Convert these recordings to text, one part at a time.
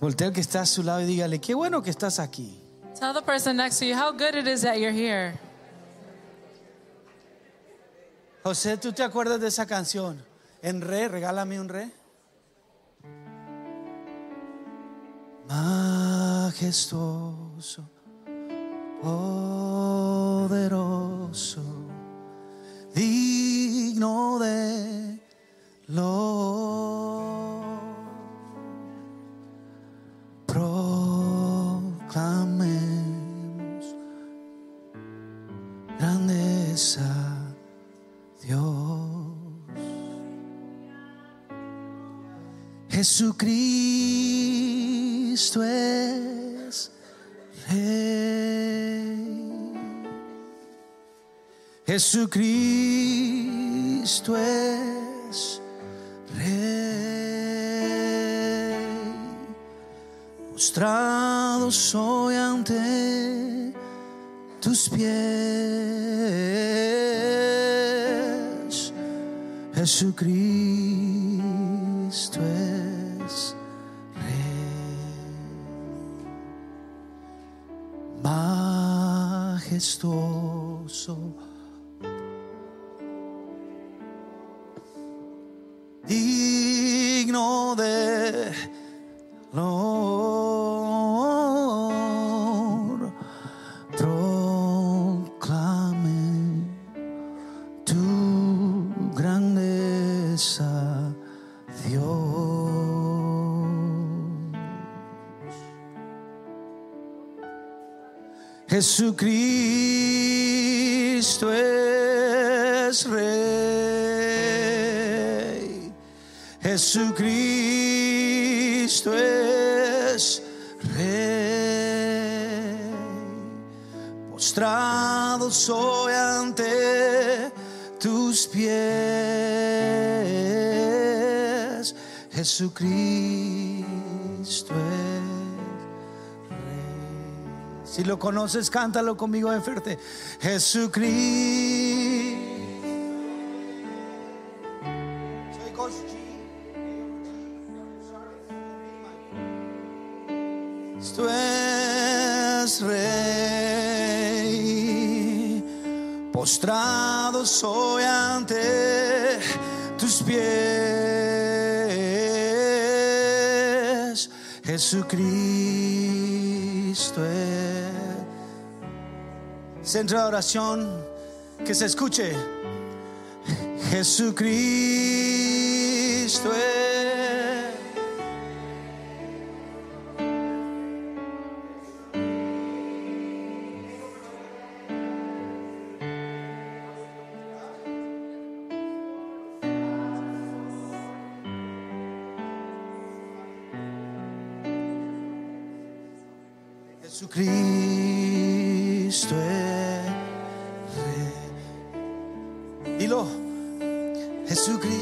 Voltea al que está a su lado y dígale, qué bueno que estás aquí. Tell the person next to you how good it is that you're here. José, ¿tú te acuerdas de esa canción? En re, regálame un re. Majestuoso, poderoso, digno de lo proclamemos grandeza Dios. Jesucristo es Rey. Jesucristo es Rey. Mostrado soy ante tus pies. Jesucristo es Rey, majestuoso, digno de honor. Proclame tu grandeza, Dios. Jesucristo es Rey. Jesucristo es Rey. Postrado soy ante tus pies. Jesucristo es Rey. Si lo conoces, cántalo conmigo de fuerte. Jesucristo. Soy Coach G. Tú es rey, postrado soy ante tus pies. Jesucristo es centro de oración que se escuche. Jesucristo es. Jesucristo es. Rey. Dilo. Jesucristo.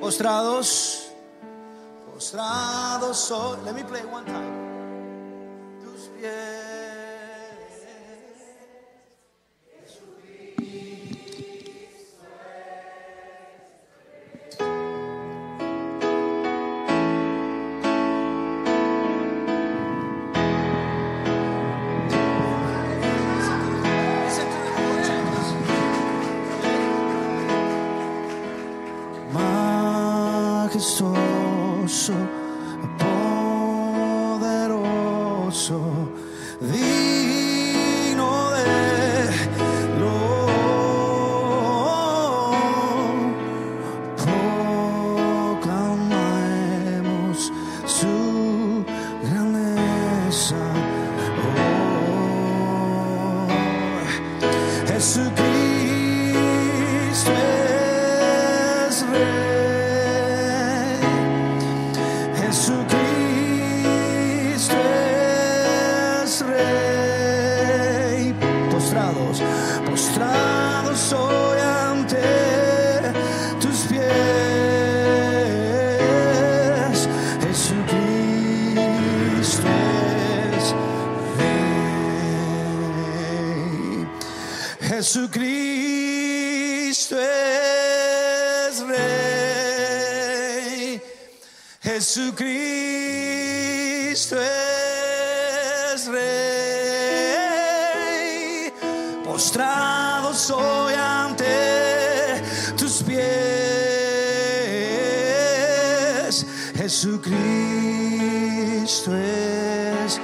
Postrados, postrados soy. Let me play one time. Tus pies. majestuoso, poderoso, digno de lo proclamemos su grandeza. Oh, Jesucristo es Rey. Jesucristo es Rey. Postrados, postrados soy ante tus pies. Jesucristo es Rey. Jesucristo es rey. Jesucristo es rey. Postrado soy ante tus pies. Jesucristo es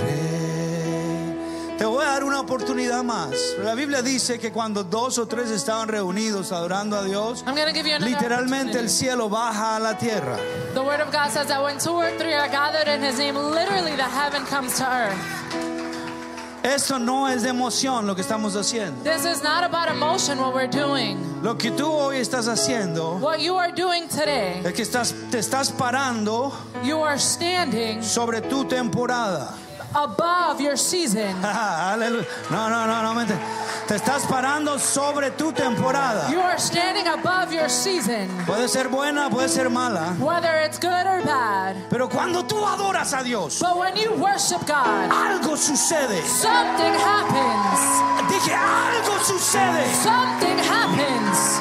rey. Te voy a dar una oportunidad más. La Biblia dice que cuando dos o tres estaban reunidos adorando a Dios, I'm going to give you another literalmente el opportunity. cielo baja a la tierra. The word of God says that when two or three are gathered in his name, literally the heaven comes to earth. Esto no es de emoción lo que estamos haciendo. This is not about emotion, what we're doing. Lo que tú hoy estás haciendo What you are doing today, es que estás, te estás parando you are standing sobre tu temporada. above your season. Aleluya. No, no, no, no. mente. Te estás parando sobre tu temporada. You are standing above your season, Puede ser buena, puede ser mala. whether it's good or bad. Pero cuando tú adoras a Dios, But when you worship God, algo sucede. something happens. Dije, algo sucede. Something happens.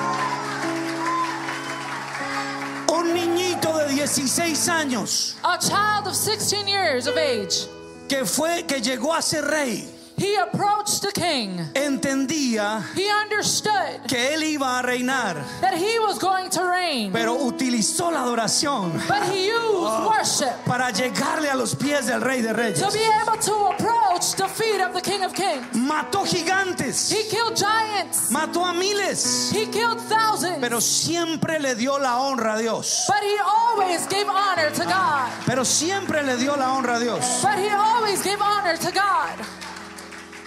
Un niñito de 16 años A child of 16 years of age, que fue que llegó a ser rey he approached the king. entendía He understood que él iba a reinar, that he was going to reign, pero utilizó la adoración but he used worship para llegarle a los pies del rey de to be reyes. able to approach the feet of the king of kings. Mató gigantes, He killed giants, mató a miles, he killed thousands, pero siempre le dio la honra a Dios. but he always gave honor to God. Pero siempre le dio la honra a Dios. But he always gave honor to God.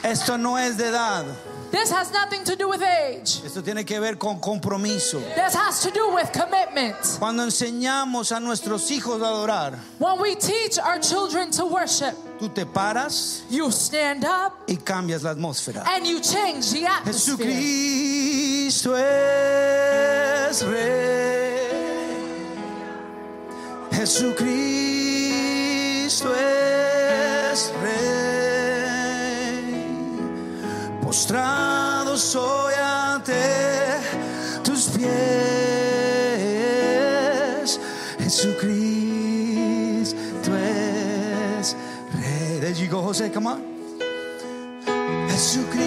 Esto no es de edad, This has nothing to do with age. esto tiene que ver con compromiso. This has to do with commitment. Cuando enseñamos a nuestros hijos a adorar, When we teach our children to worship, tú te paras you stand up y cambias la atmósfera. and you change the atmosphere. Jesucristo es rey. Jesucristo es rey. Postrado soy ante tus pies. Jesucristo es rey. There you go, José, come on. Jesucristo.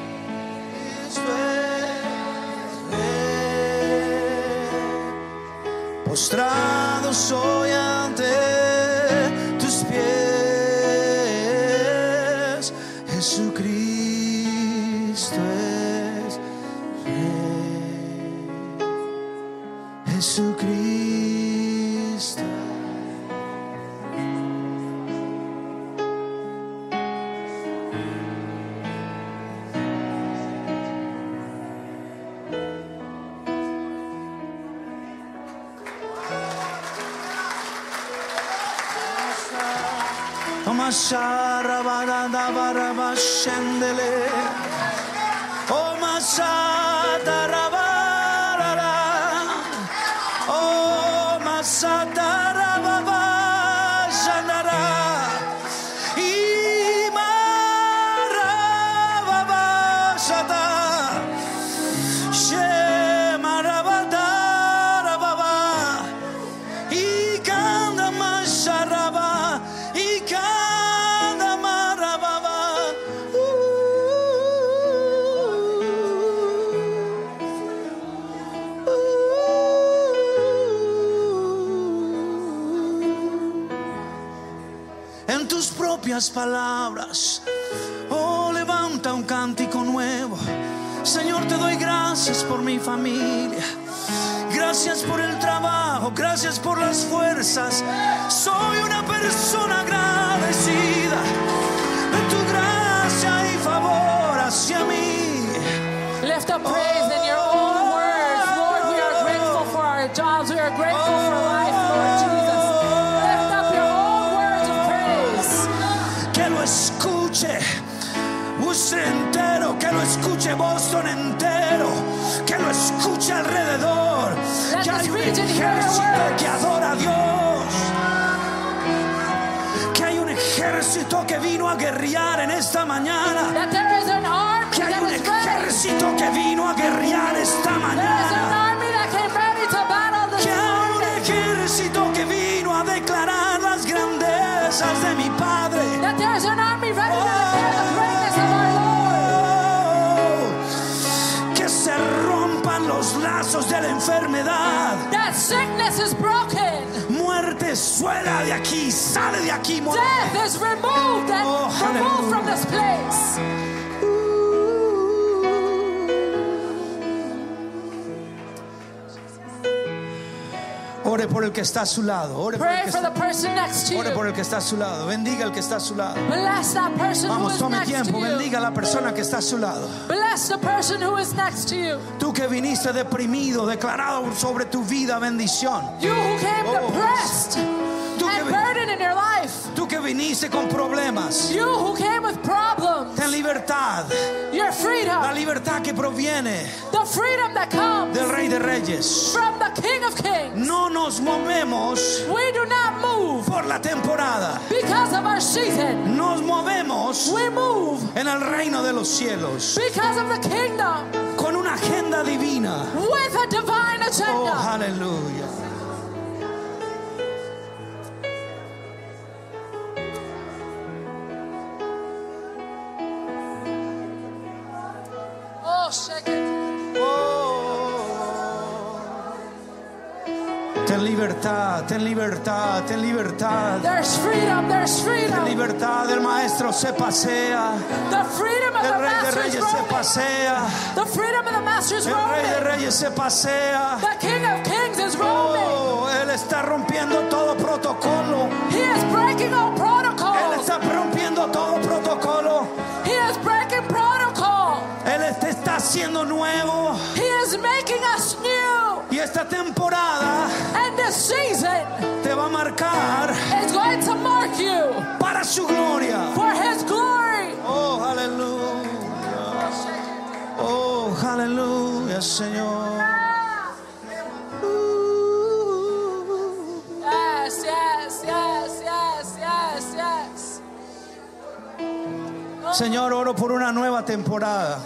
Cristo es rey. Postrado soy ante tus pies, Jesucristo es rey. Jesucristo. Amasarabaradabarabashendele. Omasatarabarara. Omasatarababasanara. Imarababasata. Shemarabadarababa. Y canta más arraba, y canta más arraba. En tus propias palabras, oh levanta un cántico nuevo. Señor, te doy gracias por mi familia. Gracias por el trabajo, gracias por las fuerzas. Soy una persona agradecida de tu gracia y favor hacia mí. Lift up praise in your own words. Lord, we are grateful for our jobs. We are grateful for life, Lord Jesus. Lift up your own words of praise. Que lo escuche Bush entero, que lo escuche Boston entero, que lo escuche alrededor. Let que hay this un region hear your ejército words. que adora a Dios. ejército que vino a guerrear en esta mañana. That there is an army Que hay that un is ready. ejército que vino a guerrear esta There is an mañana. army that came ready to battle this Que hay un morning. ejército que vino a declarar las grandezas de mi Padre. That there is an army ready to declare the greatness of our Lord. Oh, Que se rompan los lazos de la enfermedad. That sickness is broken. Muerte suela de aquí, sale de aquí. muerte. Death is removed and Oh, removed hallelujah. from this place. Ore por el que está a su lado. Ore por el Pray que for está- the person next to you. Ore por el que está a su lado. Bendiga al que está a su lado. Bless that person who Vamos, is tome next tiempo. to you. Bendiga a la persona que está a su lado. Bless the person who is next to you. Tú que viniste deprimido, declarado sobre tu vida bendición. You who came Oh. depressed Tú que, and vi- burdened in your life. tú que viniste con problemas. You who came with problems. Ten libertad. Your La freedom. libertad que proviene The freedom that comes del Rey de Reyes. from the King of Kings. No nos movemos We do not move por la temporada. because of our season. Nos movemos We move en el reino de los cielos because of the kingdom con una agenda divina. with a divine Oh, agenda. aleluya. Oh, shake it. Oh. Ten libertad, ten libertad, ten libertad. There's freedom. Ten There's freedom. libertad, el maestro se pasea. The freedom of the El rey de master's reyes se roaming. pasea. The freedom of the master's El rey de roaming. reyes se pasea. The King of Kings is roaming. Oh, él está rompiendo todo protocolo. He is breaking all Él protocols. está rompiendo todo protocolo. He is breaking protocol. Él te está haciendo nuevo. He is making us new. Y esta temporada And this season te va a marcar is going to mark you para su gloria. for His glory. Oh, aleluya. Oh, aleluya, Señor. Yes, yes, yes, yes, yes, yes. Señor, oro por una nueva temporada.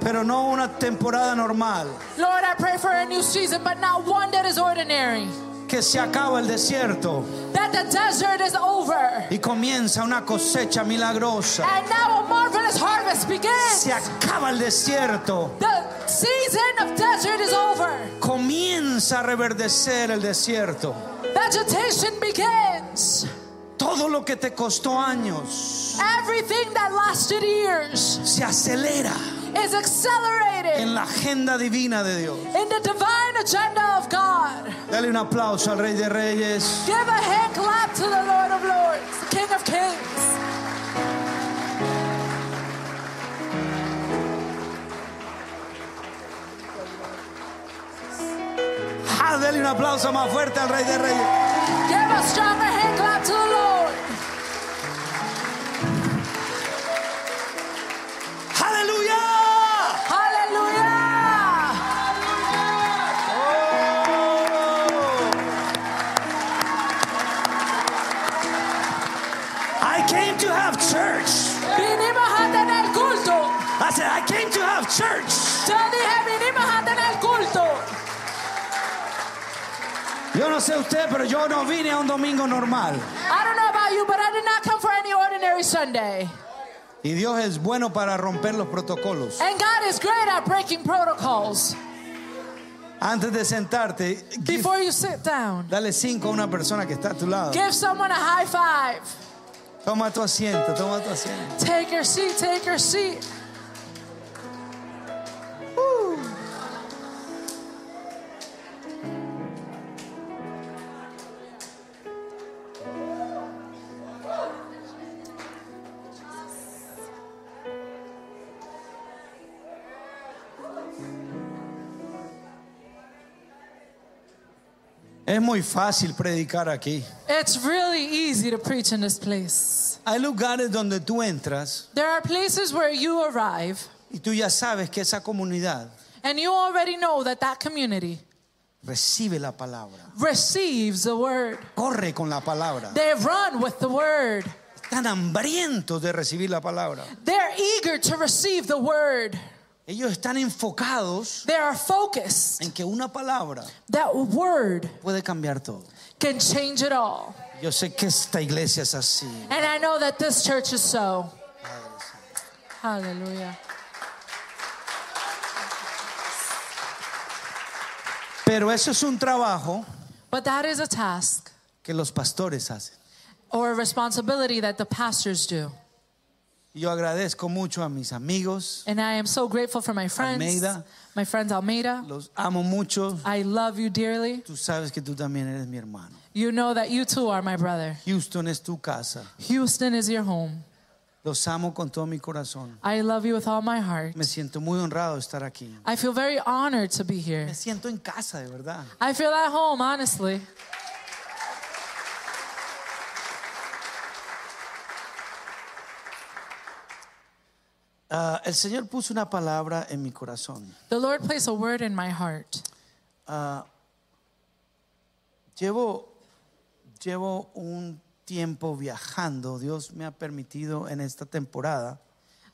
Pero no una temporada normal. Lord, I pray for a new season, but not one that is ordinary. Que se acaba el desierto That the desert is over. y comienza una cosecha milagrosa. And now a marvelous harvest begins. Se acaba el desierto. The season of desert is over. Comienza a reverdecer el desierto. Vegetation begins. Todo lo que te costó años Everything that lasted years se acelera is accelerated en la agenda divina de Dios. in the divine agenda of God. Dale un aplauso al Rey de Reyes. Give a hand clap to the Lord of Lords, the King of Kings. Ah, dale un aplauso más fuerte al Rey de Reyes. Give a stronger hand clap to the Lord. ¡Aleluya! Hallelujah! I came to have church. Venimos a tener culto. eh, I said, I came to have church. Yo dije, venimos a tener culto. Yo no sé usted, pero yo no vine a un domingo normal. I don't know about you, but I did not come for any ordinary Sunday. Y Dios es bueno para romper los protocolos. And God is great at breaking protocols. Antes de sentarte, give- Before you sit down, dale cinco a una persona que está a tu lado. give someone a high five. Toma tu asiento, toma tu asiento. Take your seat, take your seat. Es muy fácil predicar aquí. It's really easy to preach in this place. Hay lugares donde tú entras There are places where you arrive y tú ya sabes que esa comunidad and you already know that that community Recibe la palabra. receives the word. Corre con la palabra. They run with the word. Están hambrientos de recibir la palabra. They're eager to receive the word. Ellos están enfocados They are focused. en que una palabra That word puede cambiar todo. can change it all. Yo sé que esta iglesia es así. And I know that this church is so. Hallelujah. Pero eso es un trabajo But that is a task que los pastores hacen. or a responsibility that the pastors do. Y Yo agradezco mucho a mis amigos, And I am so grateful for my friends. Almeida. My friend Almeida. los amo mucho. I love you dearly. Tú sabes que tú también eres mi hermano. You know that you too are my brother. Houston es tu casa. Houston is your home. Los amo con todo mi corazón. I love you with all my heart. Me siento muy honrado de estar aquí. I feel very honored to be here. Me siento en casa, de verdad. I feel at home, honestly. Ah, el Señor puso una palabra en mi corazón. The Lord placed a word in my heart. Llevo, llevo un tiempo viajando. Dios me ha permitido en esta temporada.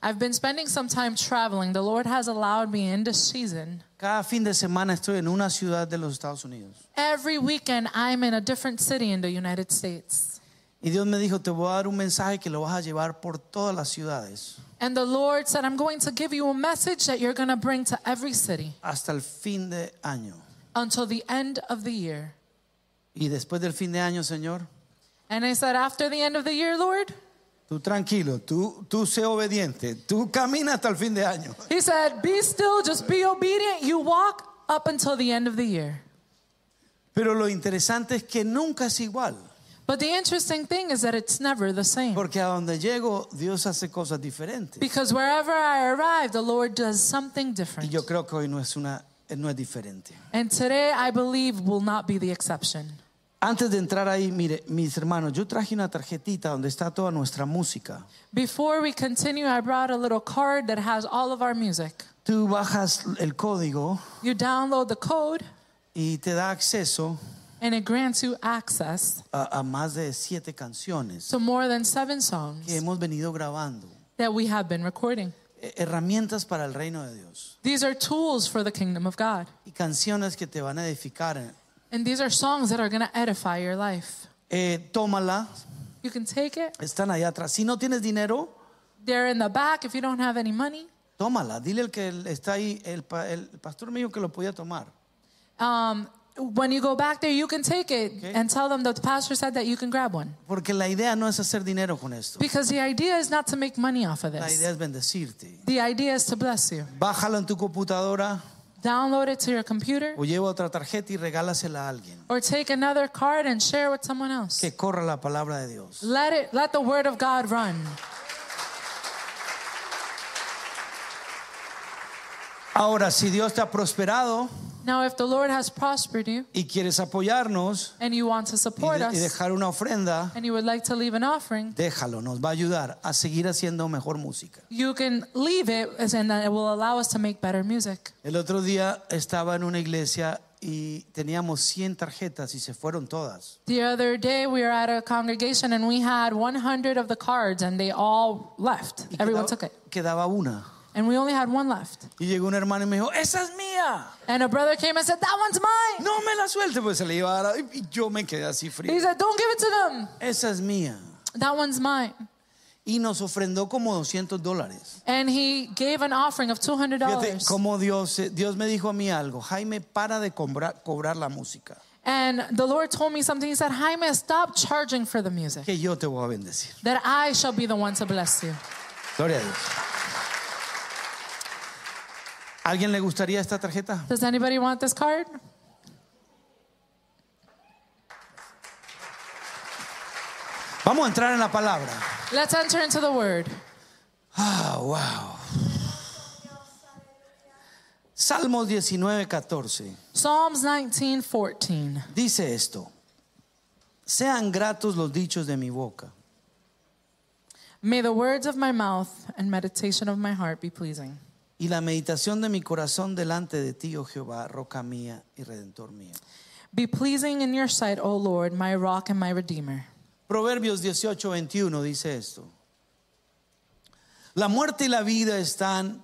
I've been spending some time traveling. The Lord has allowed me in this season. Cada fin de semana estoy en una ciudad de los Estados Unidos. Every weekend, I'm in a different city in the United States. Y Dios me dijo, te voy a dar un mensaje que lo vas a llevar por todas las ciudades. And the Lord said, I'm going to give you a message that you're going to bring to every city hasta el fin de año. until the end of the year. Y después del fin de año, Señor, And I said, After the end of the year, Lord? tú tranquilo, tú, tú sé obediente, tú camina hasta el fin de año. He said, Be still, just be obedient. You walk up until the end of the year. Pero lo interesante es que nunca es igual, But the interesting thing is that it's never the same. porque a donde llego Dios hace cosas diferentes. Because wherever I arrive, the Lord does something Y different. yo creo que hoy no es, una, no es diferente. And today, I believe, will not be the exception. Antes de entrar ahí, mire, mis hermanos, yo traje una tarjetita donde está toda nuestra música. Before we continue, I brought a little card that has all of our music. Tú bajas el código You download the code, y te da acceso and it grants you access a, a más de siete canciones to more than seven que songs hemos venido grabando. that we have been recording. Eh, herramientas para el reino de Dios These are tools for the kingdom of God. y canciones que te van a edificar. And these are songs that are going to edify your life. Eh, tómala, You can take it. están allá atrás. Si no tienes dinero, They're in the back if you don't have any money. tómala. Dile al que está ahí, el, pa- el pastor me dijo que lo podía tomar. Um, when you go back there, you can take it Okay. and tell them that the pastor said that you can grab one. Porque la idea no es hacer dinero con esto. Because the idea is not to make money off of La this. idea es bendecirte. The idea is to bless you. Bájalo en tu computadora Download it to your computer o lleva otra tarjeta y regálasela a alguien. or take another card and share with someone else. Que corra la palabra de Dios. Let it let the word of God run. Ahora, si Dios te ha prosperado Now if the Lord has prospered you y quieres apoyarnos and you want to y, support de- y us dejar una ofrenda, and you would like to leave an offering, déjalo. Nos va a ayudar a seguir haciendo mejor música. you can leave it as- and that it will allow us to make better music. El otro día estaba en una iglesia y teníamos 100 tarjetas y se fueron todas. The other day we were at a congregation and we had 100 of the cards and they all left. Y Everyone quedaba- took it. Quedaba una. And we only had one left. Y llegó un hermano y me dijo, esa es mía. And a brother came and said, "That one's mine." No me la suelte, pues se le iba a dar. a- Y yo me quedé así He frío. said, "Don't give it to them. Esa es mía. That one's mine." Y nos ofrendó como 200 dólares. And he gave an offering of Fíjate $200. cómo Dios, eh, Dios me dijo a mí algo. Jaime, para de cobrar, cobrar la música, And the Lord told me something. He said, Jaime, stop charging for the music, que yo te voy a bendecir. that I shall be the one to bless you. Gloria a Dios. ¿Alguien le gustaría esta tarjeta? Does anybody want this card? Vamos a entrar en la palabra. Let's enter into the word. Ah, wow. Salmos 19, 14. Psalms 19, 14. Dice esto. Sean gratos los dichos de mi boca. May the words of my mouth and meditation of my heart be pleasing y la meditación de mi corazón delante de ti, oh Jehová, roca mía y redentor mío. Be pleasing in your sight, O Lord, my rock and my redeemer. Proverbios 18, 21 dice esto. La muerte y la vida están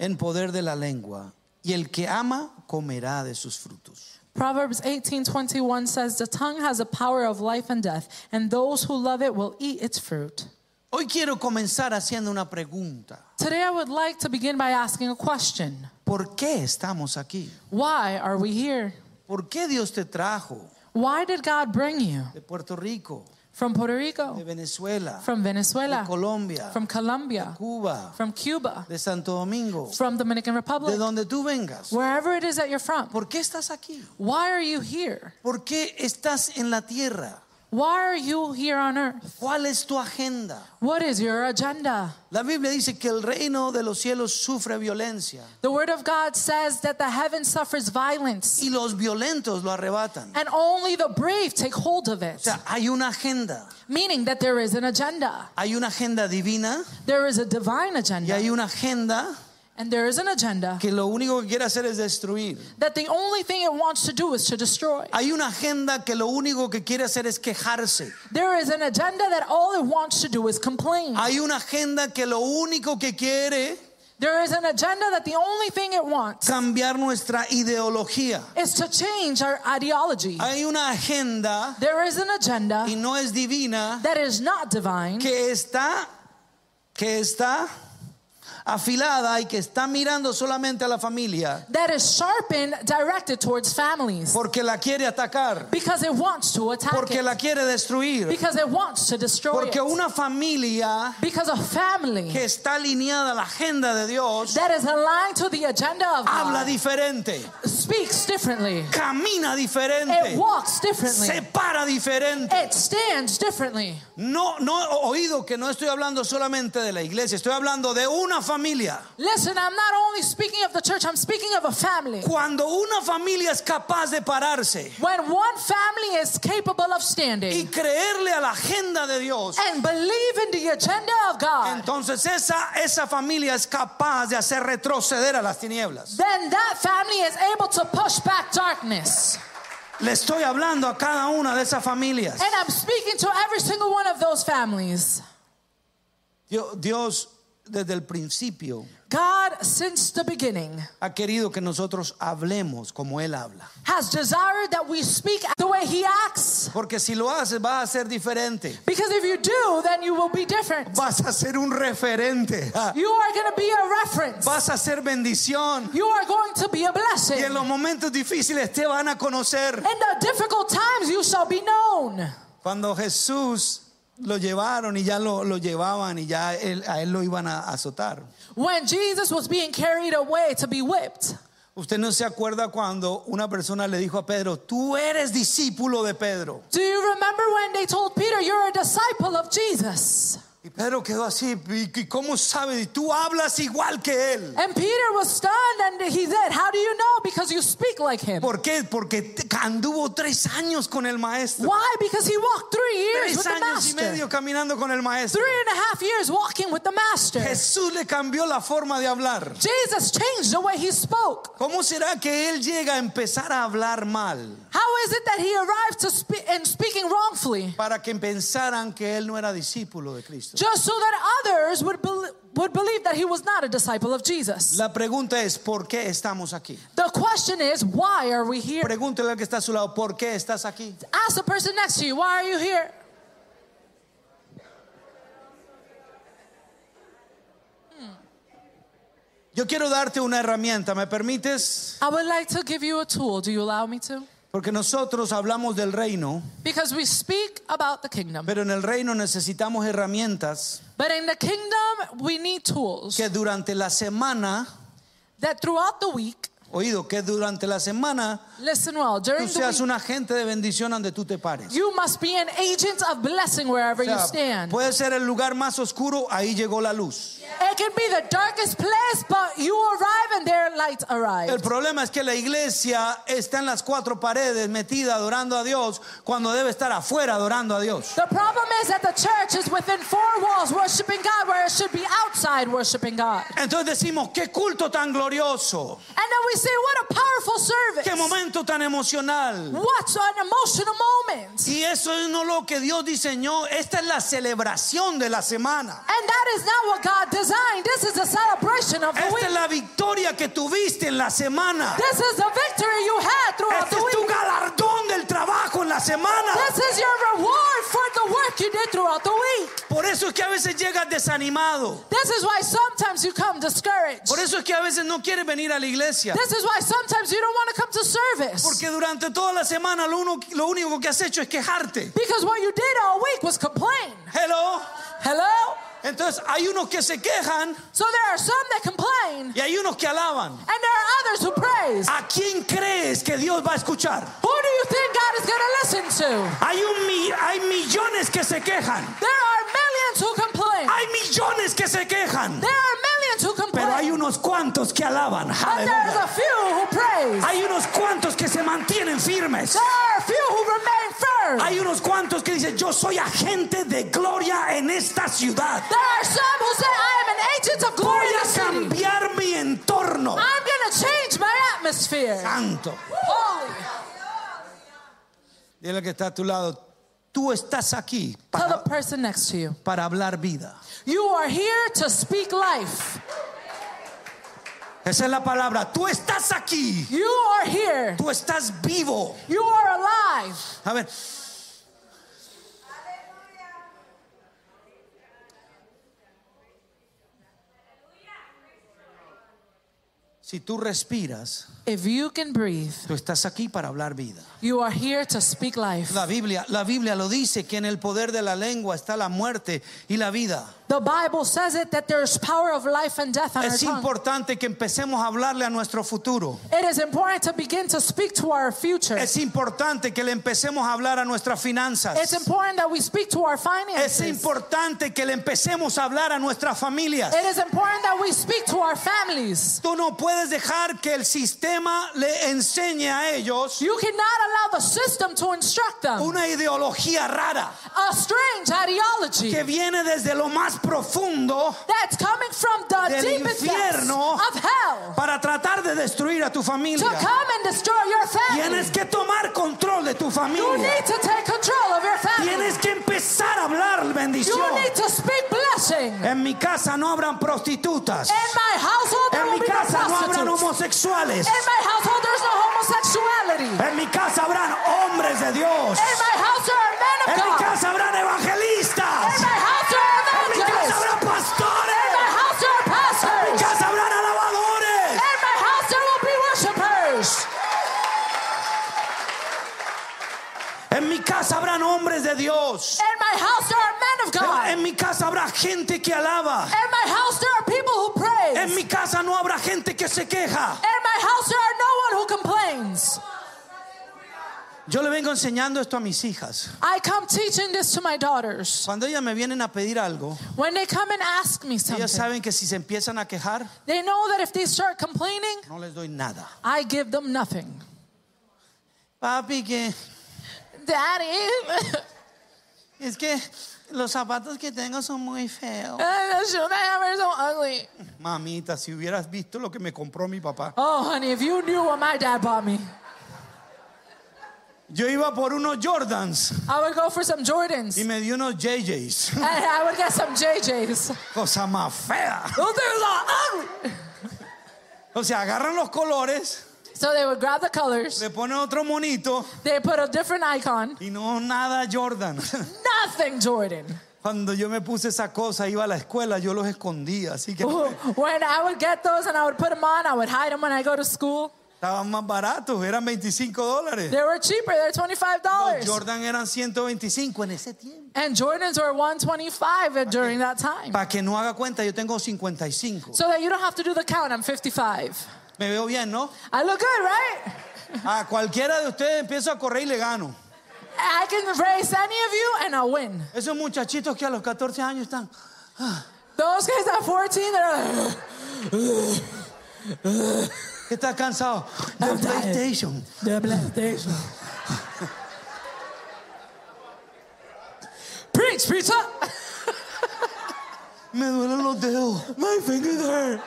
en poder de la lengua, y el que ama comerá de sus frutos. Proverbs 18:21 says, "The tongue has the power of life and death, and those who love it will eat its fruit." Hoy quiero comenzar haciendo una pregunta. Today I would like to begin by asking a question. ¿Por qué estamos aquí? Why are we here? ¿Por qué Dios te trajo Why did God bring you de Puerto Rico, from Puerto de Rico, Venezuela, from de Venezuela, Colombia, from Colombia, Cuba, from Cuba, de Santo Domingo, from Dominican de Republic, donde tú vengas? wherever it is that you're from? ¿Por qué estás aquí? Why are you here? ¿Por qué estás en la tierra? Why are you here on earth? ¿Cuál es tu agenda? What is your agenda? La Biblia dice que el reino de los cielos sufre violencia The word of God says that the heaven suffers violence y los violentos lo arrebatan. O and only the brave take hold of it. sea, hay una agenda. Meaning that there is an agenda. Hay una agenda divina There is a divine y agenda. hay una agenda And there is an agenda que lo único que quiere hacer es destruir. that the only thing it wants to do is to destroy. Hay una agenda que lo único que quiere hacer es quejarse. There is an agenda that all it wants to do is complain. Hay una agenda que lo único que quiere There is an agenda that the only thing it wants cambiar nuestra ideología. is to change our ideology. Hay una agenda There is an agenda y no es divina that is not divine, que está que está afilada y que está mirando solamente a la familia that is sharpened, directed towards families, porque la quiere atacar, because it wants to attack porque it, la quiere destruir, because it wants to destroy porque it, una familia because a family que está alineada a la agenda de Dios that is aligned to the agenda of habla God diferente, speaks differently. camina It diferente, walks differently. se para diferente. It stands differently. No no he oído que no estoy hablando solamente de la iglesia, estoy hablando de una familia. Listen, I'm not only speaking of the church, I'm speaking of a family. Cuando una familia es capaz de pararse When one family is capable of y standing creerle a la agenda de Dios, and believe in the agenda of God, Entonces esa, esa familia es capaz de hacer retroceder a las tinieblas. then that family is able to push back darkness. Le estoy hablando a cada una de esas familias. And I'm speaking to every single one of those families. Dio- Dios desde el principio God, since the beginning, ha querido que nosotros hablemos como Él habla. has desired that we speak the way He acts. Porque si lo haces vas a ser diferente. Because if you do, then you will be different. Vas a ser un referente. Ah, You are going to be a reference. Vas a ser bendición. You are going to be a Y blessing. en los momentos difíciles te van a conocer. In the difficult times, you shall be known. Cuando Jesús lo llevaron y ya lo, lo llevaban y ya él- a él lo iban a azotar. When Jesus was being carried away to be whipped, Usted no se acuerda cuando una persona le dijo a Pedro, tú eres discípulo de Pedro. do you remember when they told Peter, You're a disciple of Jesus? Y Pedro quedó así, ¿y y cómo sabe? Y Tú hablas igual que él. And Peter was stunned and he said, How do you know? Because you speak like him. ¿Por qué? Porque te- anduvo tres años con el maestro. Why? Because he walked three years Tres with the años y master. medio caminando con el maestro. Three and a half years walking with the master. Jesús le cambió la forma de hablar. Jesus changed the way he spoke. ¿Cómo será que él llega a empezar a hablar mal How is it that he arrived to spe- in speaking wrongfully? para que pensaran que él no era discípulo de Cristo? Just so that others would, bel would believe that he was not a disciple of Jesus. La pregunta es, ¿por qué estamos aquí? The question is, why are we here? Pregúntele al que está a su lado, ¿por qué estás aquí? Ask the person next to you, why are you here? Yo quiero darte una herramienta, ¿me permites? I would like to give you a tool. Do you allow me to? Porque nosotros hablamos del reino, Because we speak about the kingdom. pero en el reino necesitamos herramientas But in the kingdom, we need tools que durante la semana, that throughout the week, oído, que durante la semana listen well, during tú seas the week, un agente de bendición donde tú te pares. you must be an agent of blessing wherever O you sea, stand. puede ser el lugar más oscuro, ahí llegó la luz. It It can be the darkest place, but you arrive and their light El arrives. problema es que la iglesia está en las cuatro paredes metida adorando a Dios cuando debe estar afuera adorando a Dios. The problem is that the church is within four walls worshiping God, where it should be outside worshiping God. Entonces decimos, qué culto tan glorioso, And then we say, what a powerful qué service! momento tan emocional. What an emotional moment! Y eso es no lo que Dios diseñó, esta es la celebración de la semana. And that is not what God designed. This is the celebration of the Esta es week. la victoria que tuviste en la semana. This is the victory you had throughout Este the es tu week. galardón del trabajo en la semana. This is your reward for the work you did throughout the week. Por eso es que a veces llegas desanimado. This is why sometimes you come discouraged. Por eso es que a veces no quieres venir a la iglesia. This is why sometimes you don't want to come to service. Porque durante toda la semana lo, uno- lo único que has hecho es quejarte. Because what you did all week was complain. Hello. Hello? Entonces hay unos que se quejan So there are some that complain, and y hay unos que alaban. there are others who praise. ¿A quién crees que Dios va a escuchar? Who do you think God is going to listen to? Hay, un mi- hay millones que se quejan. There are millions who complain. Hay millones que se quejan. There are millions who Pero hay complain. unos cuantos que alaban. But there's Aleluya. a few who praise. Hay unos cuantos que se mantienen firmes. There are a few who remain firm. Hay unos cuantos que dicen, yo soy agente de gloria en esta ciudad. There are some who say, I am an agent of Voy glory in the a city. cambiar mi entorno. I'm going to change my atmosphere. Santo. Holy. Dile al que está a tu lado, tú estás aquí Tell para, the person next to you. para hablar vida. You are here to speak life. Esa es la palabra, tú estás aquí. You are here. Tú estás vivo. You are alive. A ver. Si tú respiras, If you can breathe, tú estás aquí para hablar vida. you are here to speak life. La Biblia, la Biblia lo dice que en el poder de la lengua está la muerte y la vida. The Bible says it that there's power of life and death on our Es tongue. importante que empecemos a hablarle a nuestro futuro. It is important to begin to speak to our future. Es importante que le empecemos a hablar a nuestras It's finanzas. important that we speak to our Es finances. importante que le empecemos a hablar a nuestras familias. It is important that we speak to our families. Tú no puedes dejar que el sistema le enseñe a ellos You cannot allow the system to instruct them. una ideología rara A strange ideology que viene desde lo más profundo that's coming from the del deepest depths infierno. of hell para tratar de destruir a tu to familia. come and destroy your Tienes family. que tomar control de tu You familia. need to take control of your family. Tienes que empezar a hablar bendición. You need to speak blessing. En mi casa no habrán prostitutas. In my household, there En will mi be Eh, no Eh, casa no habrán prostitutes. homosexuales. In my household, there's no homosexuality. En mi casa habrán hombres de Dios. In my house, there are men of En mi God. casa habrán In evangelistas. my house, there are En mi casa evangelists. habrán In my pastores. house, there are En mi pastors. casa habrán alabadores. In my house, there will be worshipers. En mi casa habrán hombres de Dios. In my house, there are men of God. En mi casa habrá gente que alaba. In my house, there are people who praise. En mi casa no habrá gente que se queja. In my house, there are no one who complains. Yo le vengo enseñando esto a mis hijas. I come teaching this to my daughters. Cuando ellas me vienen a pedir algo, When they come and ask me ellas something, saben que si se empiezan a quejar, they know that if they start complaining, no les doy nada. I give them nothing. Papi, que Daddy, es que los zapatos que tengo son muy feos. Uh, the shoe that I wear is so ugly. Mamita, si hubieras visto lo que me compró mi papá. Oh, honey, if you knew what my dad bought me, Yo iba por unos Jordans I would go for some Jordans y and me dio unos JJs. I would get some JJs. Cosa más fea. Those things are ugly. O sea, agarran los colores, So they would grab the colors, le ponen otro monito they put a different icon. y no nada Jordan. Nothing Jordan. Cuando yo me puse esa cosa, iba a la escuela, yo los escondía, así que When I would get those and I would put them on, I would hide them when I go to school. estaban más baratos, eran 25 dólares. They were cheaper, they're $25. Los Jordan eran 125 en ese tiempo. And Jordans were 125 during that time. Para que no haga cuenta, yo tengo 55. So that you don't have to do the count, I'm 55. Me veo bien, ¿no? I look good, right? A cualquiera de ustedes empiezo a correr y le gano. I can race any of you and I'll win. Esos muchachitos que a los 14 años están. Those guys at 14, they're like, que está cansado de I'm tired. PlayStation. the PlayStation. Preach, preacher! Me duelen los dedos. My fingers hurt.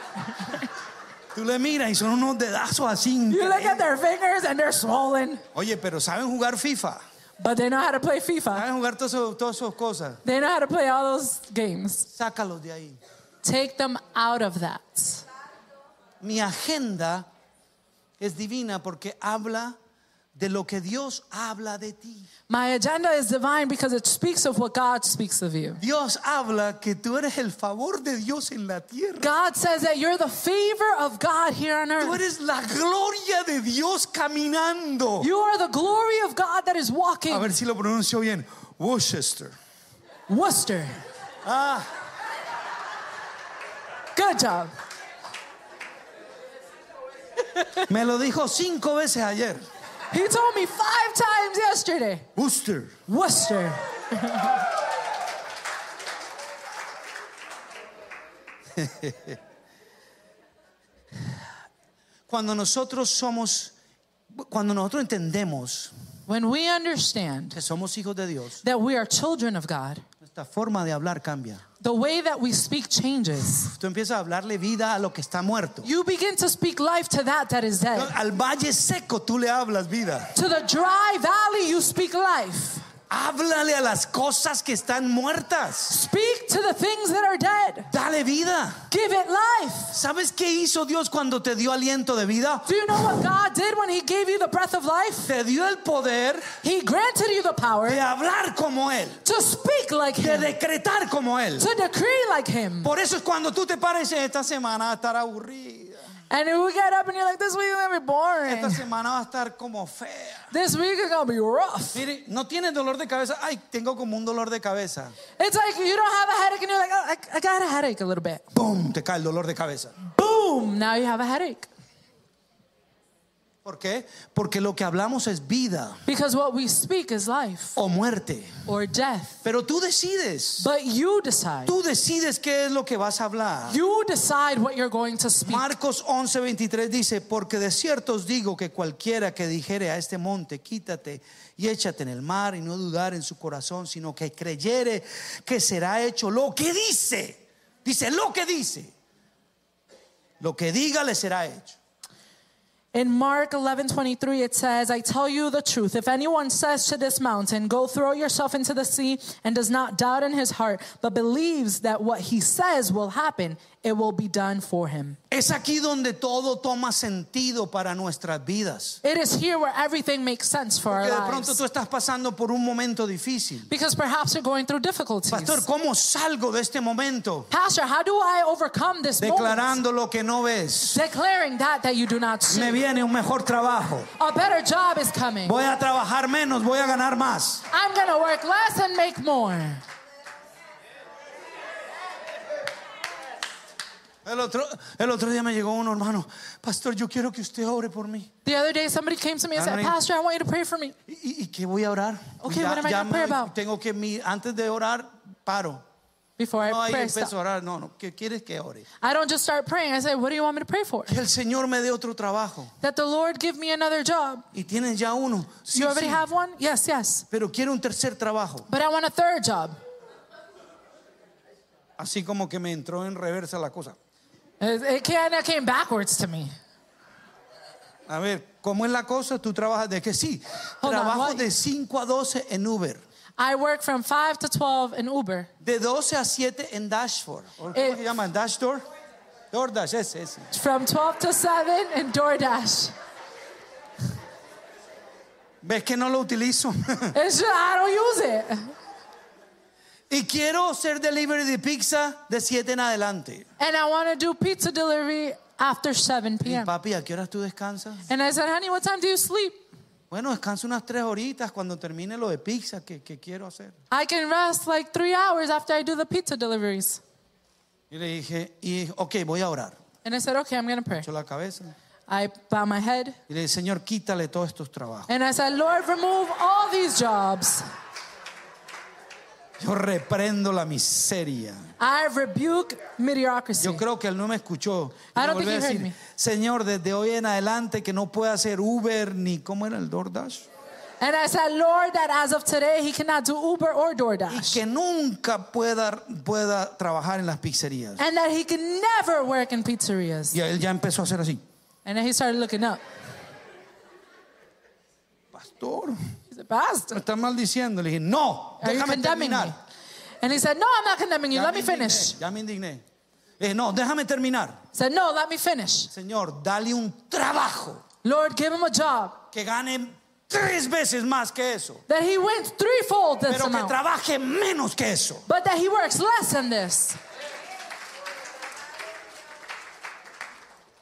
Tú le miras y son unos dedazos así. You look at their fingers and they're swollen, Oye, pero saben jugar FIFA. but they know how to play FIFA. Saben jugar todas esas- todas esas cosas. They know how to play all those games. Sácalos de ahí. Take them out of that. Mi agenda es divina porque habla de lo que Dios habla de ti. My agenda is divine because it speaks of what God speaks of you. Dios habla que tú eres el favor de Dios en la tierra. God says that you're the favor of God here on Tú earth. eres la gloria de Dios caminando. You are the glory of God that is A walking. ver si lo pronuncio bien. Worcester. Worcester. Ah, Good job. me lo dijo cinco veces ayer. He told me five times yesterday. Worcester. Worcester. Cuando nosotros somos, cuando nosotros entendemos When we understand que somos hijos de Dios, that we are children of God, nuestra forma de hablar cambia. the way that we speak changes. Tú empiezas a hablarle vida a lo que está muerto. You begin to speak life to that that is dead. Al valle seco tú le hablas vida. To the dry valley, you speak life. Háblale a las cosas que están muertas. Speak to the things that are dead. Dale vida. Give it life. ¿Sabes qué hizo Dios cuando te dio aliento de vida? Do you know what God did when He gave you the breath of life? Te dio el poder He granted you the power de hablar como Él, to speak like de Him, decretar como Él. to decree like Him. Por eso es cuando tú te pares esta semana va a estar aburrida, And if we get up and you're like, this week is gonna be boring. esta semana va a estar como fea. This week is gonna be rough. Mire, no tienes dolor de cabeza. Ay, tengo como un dolor de cabeza. It's like you don't have a headache and you're like, oh, I, I got a headache a little bit. ¡Pum! Te cae el dolor de cabeza. Boom, now you have a headache. ¿Por qué? Porque lo que hablamos es vida Because what we speak is life o muerte. or death. Pero tú decides. But you decide. Tú decides qué es lo que vas a hablar. You decide what you're going to speak. Marcos 11:23 dice, porque de cierto os digo que cualquiera que dijere a este monte, quítate y échate en el mar y no dudar en su corazón, sino que creyere que será hecho lo que dice, dice lo que dice, lo que diga le será hecho. In Mark 11:23 it says, "I tell you the truth, if anyone says to this mountain, go throw yourself into the sea, and does not doubt in his heart, but believes that what he says will happen, it will be done for him." Es aquí donde todo toma sentido para nuestras vidas. It is here where everything makes sense for Que our de pronto tú lives. estás pasando por un momento difícil. Because perhaps you're going through difficulties. Pastor, ¿cómo salgo de este momento? Pastor, how do I overcome this moment? Declarando lo que no ves. Declaring that that you do not see. Me viene un mejor trabajo. A better job is coming. Voy a trabajar menos, voy a ganar más. I'm going to work less and make more. El otro, el otro día me llegó uno, hermano, pastor, yo quiero que usted ore por mí. The other day somebody came to me and said, Amén. "Pastor, I want you to pray for me." ¿Y, y- y qué voy a orar? Ok, Ya- what am I ya gonna pray about? tengo que mi- antes de orar paro. Before No, I ahí pray, empiezo a stop. orar. No, no, ¿qué quieres que ore? I don't just start praying. I say, "What do you want me to pray for?" Que el Señor me dé otro trabajo. That the Lord give me another job. Y tienes ya uno. Sí, You already sí, have one? Yes, yes. Pero quiero un tercer trabajo. But I want a third job. Así como que me entró en reversa la cosa. It, it kind of came backwards to me. A ver, ¿cómo es la cosa? Tú trabajas de que sí. Hold on, trabajo what? de 5 a 12 en Uber. I work from 5 to 12 in Uber. De 12 a 7 en Dashboard. ¿Cómo Eh. se llama? ¿Dashdoor? DoorDash, ese, ese. From 12 to 7 in DoorDash. ¿Ves que no lo utilizo? It's just, I don't use it. y quiero ser delivery de pizza de 7 en adelante. And I want to do pizza delivery after 7 Y p.m. papi, ¿a qué horas tú descansas? And I said, honey, what time do you sleep? Bueno, descanso unas 3 horitas cuando termine lo de pizza que, que quiero hacer. I can rest like three hours after I do the pizza deliveries. Y le dije, y, ok, voy a orar. And I said, okay, I'm going to pray. Echó la cabeza. I bow my head Y le dije, Señor, quítale todos estos trabajos. and I said, Lord, remove all these jobs. Yo reprendo la miseria. I rebuke mediocrity. Yo creo que él no me escuchó. I Yo don't volví think a he heard decir, me. Señor, desde hoy en adelante que no pueda hacer Uber ni cómo era el DoorDash And I said, Lord, that as of today, he cannot do Uber or y DoorDash. que nunca pueda pueda trabajar en las pizzerías. And that he can never work in pizzerias. Y él ya empezó a hacer así. And then he started looking up. Pastor, He said, Pastor, me están maldiciendo. Le dije, no, are you déjame condemning me? terminar. And he said, No, I'm not condemning you. Ya Let me indigné, finish. Ya me indigné. Le dije, no, déjame terminar. said, No, let me finish. Señor, dale un trabajo Lord, give him a job. que gane tres veces más que eso, That he wins threefold this pero que amount. trabaje menos que eso. But that he works less than this.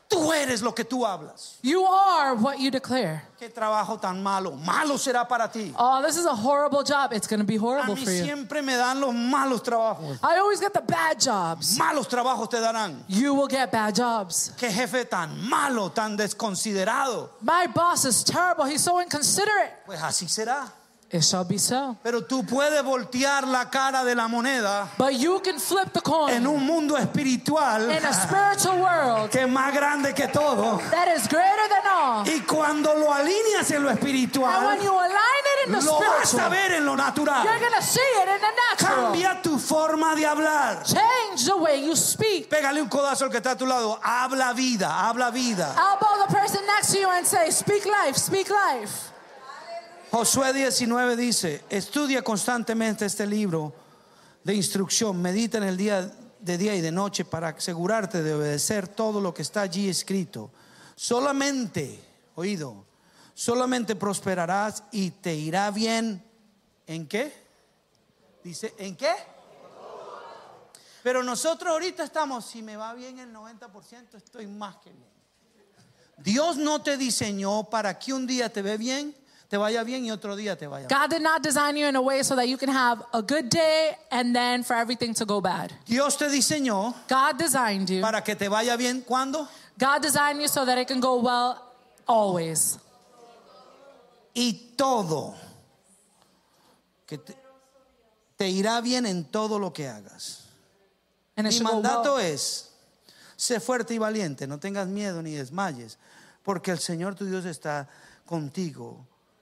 Tú eres lo que tú hablas. You are what you declare. Qué trabajo tan malo. Malo será para ti. Oh, this is a horrible job. It's going to be A horrible mí for you. siempre me dan los malos trabajos. I always get the bad jobs. Malos trabajos te darán. You will get bad jobs. Qué jefe tan malo, tan desconsiderado. My boss is terrible. He's so inconsiderate. Pues así será. It shall be so. Pero tú puedes voltear la cara de la moneda But you can flip the coin en un mundo in a espiritual spiritual world que es más grande que todo. that is greater than all. Y cuando lo alineas en lo And when espiritual, you align it in the lo vas a spiritual, ver en lo you're natural. going to see it in the natural. Cambia tu forma de hablar. Change the way you speak. Pégale un codazo al que está a tu lado. Habla vida, habla vida. Elbow the person next to you and say, Speak life, speak life. Josué 19 dice, estudia constantemente este libro de instrucción, medita en el día de día y de noche para asegurarte de obedecer todo lo que está allí escrito. Solamente, oído, solamente prosperarás y te irá bien. ¿En qué? Dice, ¿en qué? Pero nosotros ahorita estamos, si me va bien el 90%, estoy más que bien. Dios no te diseñó para que un día te ve bien, te vaya bien y otro día te vaya mal. God did not design you in a way so that you can have a good day and then for everything to go bad. Dios te diseñó God designed you. para que te vaya bien cuando God designed you so that it can go well always. y todo que te, te irá bien en todo lo que hagas. And it Mi should go mandato well. es sé fuerte y valiente, no tengas miedo ni desmayes, porque el Señor tu Dios está contigo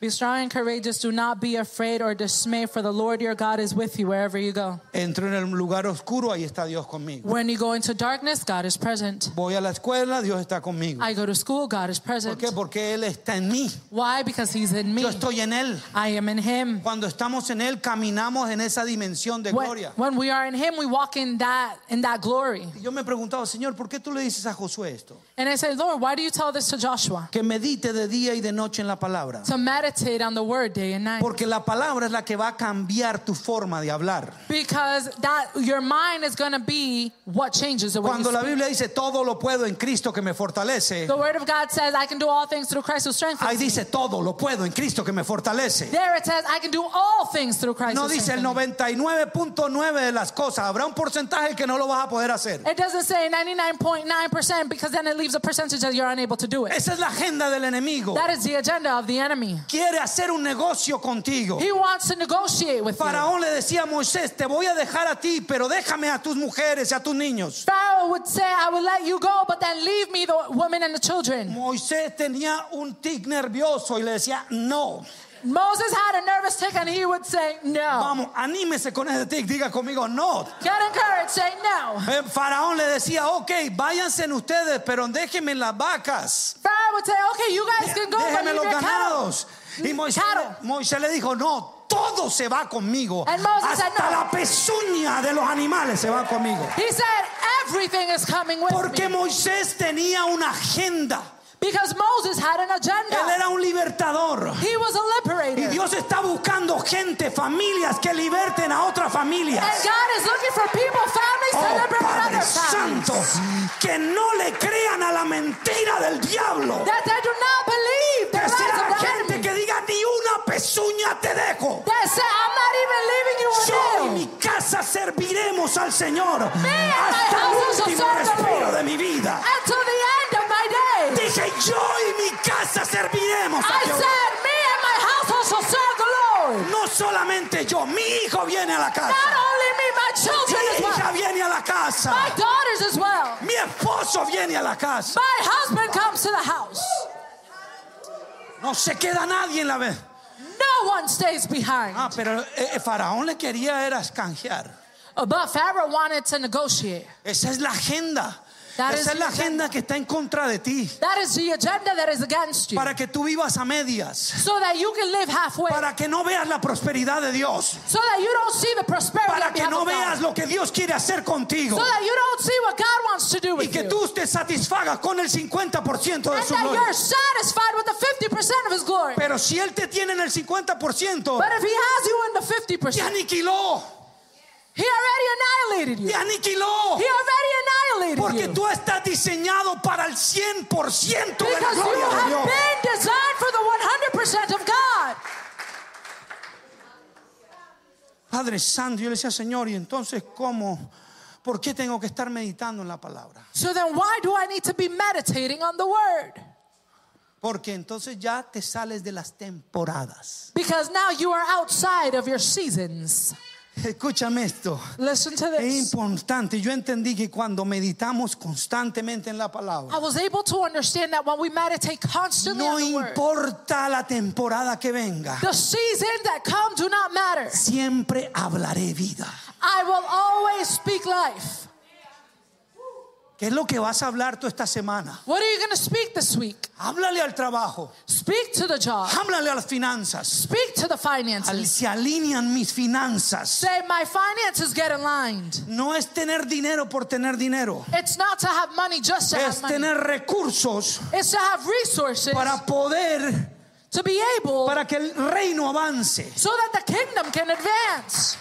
Be strong and courageous. Do not be afraid or dismayed, for the Lord your God is with you wherever you go. Entro en el lugar oscuro, ahí está Dios conmigo. When you go into darkness, God is present. Voy a la escuela, Dios está conmigo. I go to school, God is ¿Por present. qué? Porque Él está en mí. Why? Because He's in me. Yo estoy en Él. I am in Him. Cuando estamos en Él, caminamos en esa dimensión de When, gloria. when we are in Him, we walk in that in that glory. Y Yo me he preguntado, Señor, ¿por qué tú le dices a Josué esto? And I say, Lord, why do you tell this to Joshua? Que medite de día y de noche en la palabra. To meditate on the word day and night. Porque la palabra es la que va a cambiar tu forma de hablar. Because that your mind is gonna be what changes the way you Cuando la speak. Biblia dice, todo lo puedo en Cristo que me fortalece, The word of God says, I can do all things through Christ who ahí strengthens me. dice, todo lo puedo en Cristo que me fortalece. There it says, I can do all things through Christ No who dice el strengthens me. 99.9 de las cosas. Habrá un porcentaje que no lo vas a poder hacer. It doesn't say 99.9% because then it leaves a percentage that you're unable to do it. Esa es la agenda del enemigo. That is the agenda of the enemy. Quiere hacer un negocio contigo. He wants to negotiate with you. Faraón le decía a Moisés, te voy a dejar a ti, pero déjame a tus mujeres y a tus niños. Pharaoh would say, I will let you go, but then leave me the women and the children. Moisés tenía un tic nervioso y le decía, no, Moses had a nervous tick and he would say, No. vamos, anímese con ese tic, diga conmigo, no. Get encouraged, say no. Eh, Faraón le decía, ok, váyanse en ustedes, pero déjenme las vacas, Pharaoh would say, Okay, you guys can go, but déjenme leave los your cattle. ganados. Mm, Y Moisés, Cattle. Moisés le dijo, no, todo se va conmigo. And Moses said, Hasta "No." la pezuña de los animales se va conmigo. He said, Everything is coming with Porque me. Moisés tenía una agenda. Because Moses had an Él agenda. era un libertador. He was a Y liberator. Dios está buscando gente, familias que liberten a otras And familias. God is looking for people, families to Oh liberate Padre other families. Santo, que no le crean a la mentira del diablo. That they do not believe the Que lies sea of the gente enemy. que diga ni una pezuña te dejo. They say, I'm not even leaving you Yo y alone. mi casa serviremos al Señor hasta el house shall último serve the respiro Lord. de mi vida. until the end of my day. Dije yo y mi casa serviremos a I Dios. said, Me and my household shall serve the Lord. No solamente yo, mi hijo viene a la Not casa. only me, my children as Mi hija well. viene a la My casa. daughters as well. Mi esposo viene a la casa. My husband comes to the house. No se queda nadie en la vez. No one stays behind. Ah, pero eh, Faraón le quería era escanjear. But Pharaoh wanted to negotiate. Esa es la agenda. That is Esa es la the agenda. agenda que está en contra de ti. That is the agenda that is against you. Para que tú vivas a medias. So that you can live halfway. Para que no veas la prosperidad de Dios. So that you don't see the prosperity Para that we que have no of God. veas lo que Dios quiere hacer contigo. So that you don't see what God wants to do Y with que you. tú te satisfagas con el 50% de and su that gloria. you're satisfied with the 50% of his glory. Pero si Él te tiene en el 50%, But if he has you in the 50%, te aniquiló. he already annihilated you. Te aniquiló. He already annihilated Porque you. tú estás diseñado para el 100% de la because you gloria de have Dios. been designed for the 100% of God. Padre Santo, yo le decía, Señor, ¿y entonces cómo? ¿Por qué tengo que estar meditando en la palabra? So then why do I need to be meditating on the word? Porque entonces ya te sales de las temporadas. Because now you are outside of your seasons. Escúchame esto. Listen to Es this. importante. Yo entendí que cuando meditamos constantemente en la I palabra, was able to understand that when we meditate constantly no on the word, importa la temporada que venga, the season that come do not matter. siempre hablaré vida. I will always speak life. ¿Qué es lo que vas a hablar tú esta semana? What are you going to speak this week? Háblale al trabajo, Speak to the job. háblale a las finanzas. Speak to the Al- finances. Se alinean mis finanzas. Say, my finances get aligned. No es tener dinero por tener dinero, It's not to have money just to es have money. tener recursos It's to have resources para poder, to be able para que el reino avance. so that the kingdom can advance.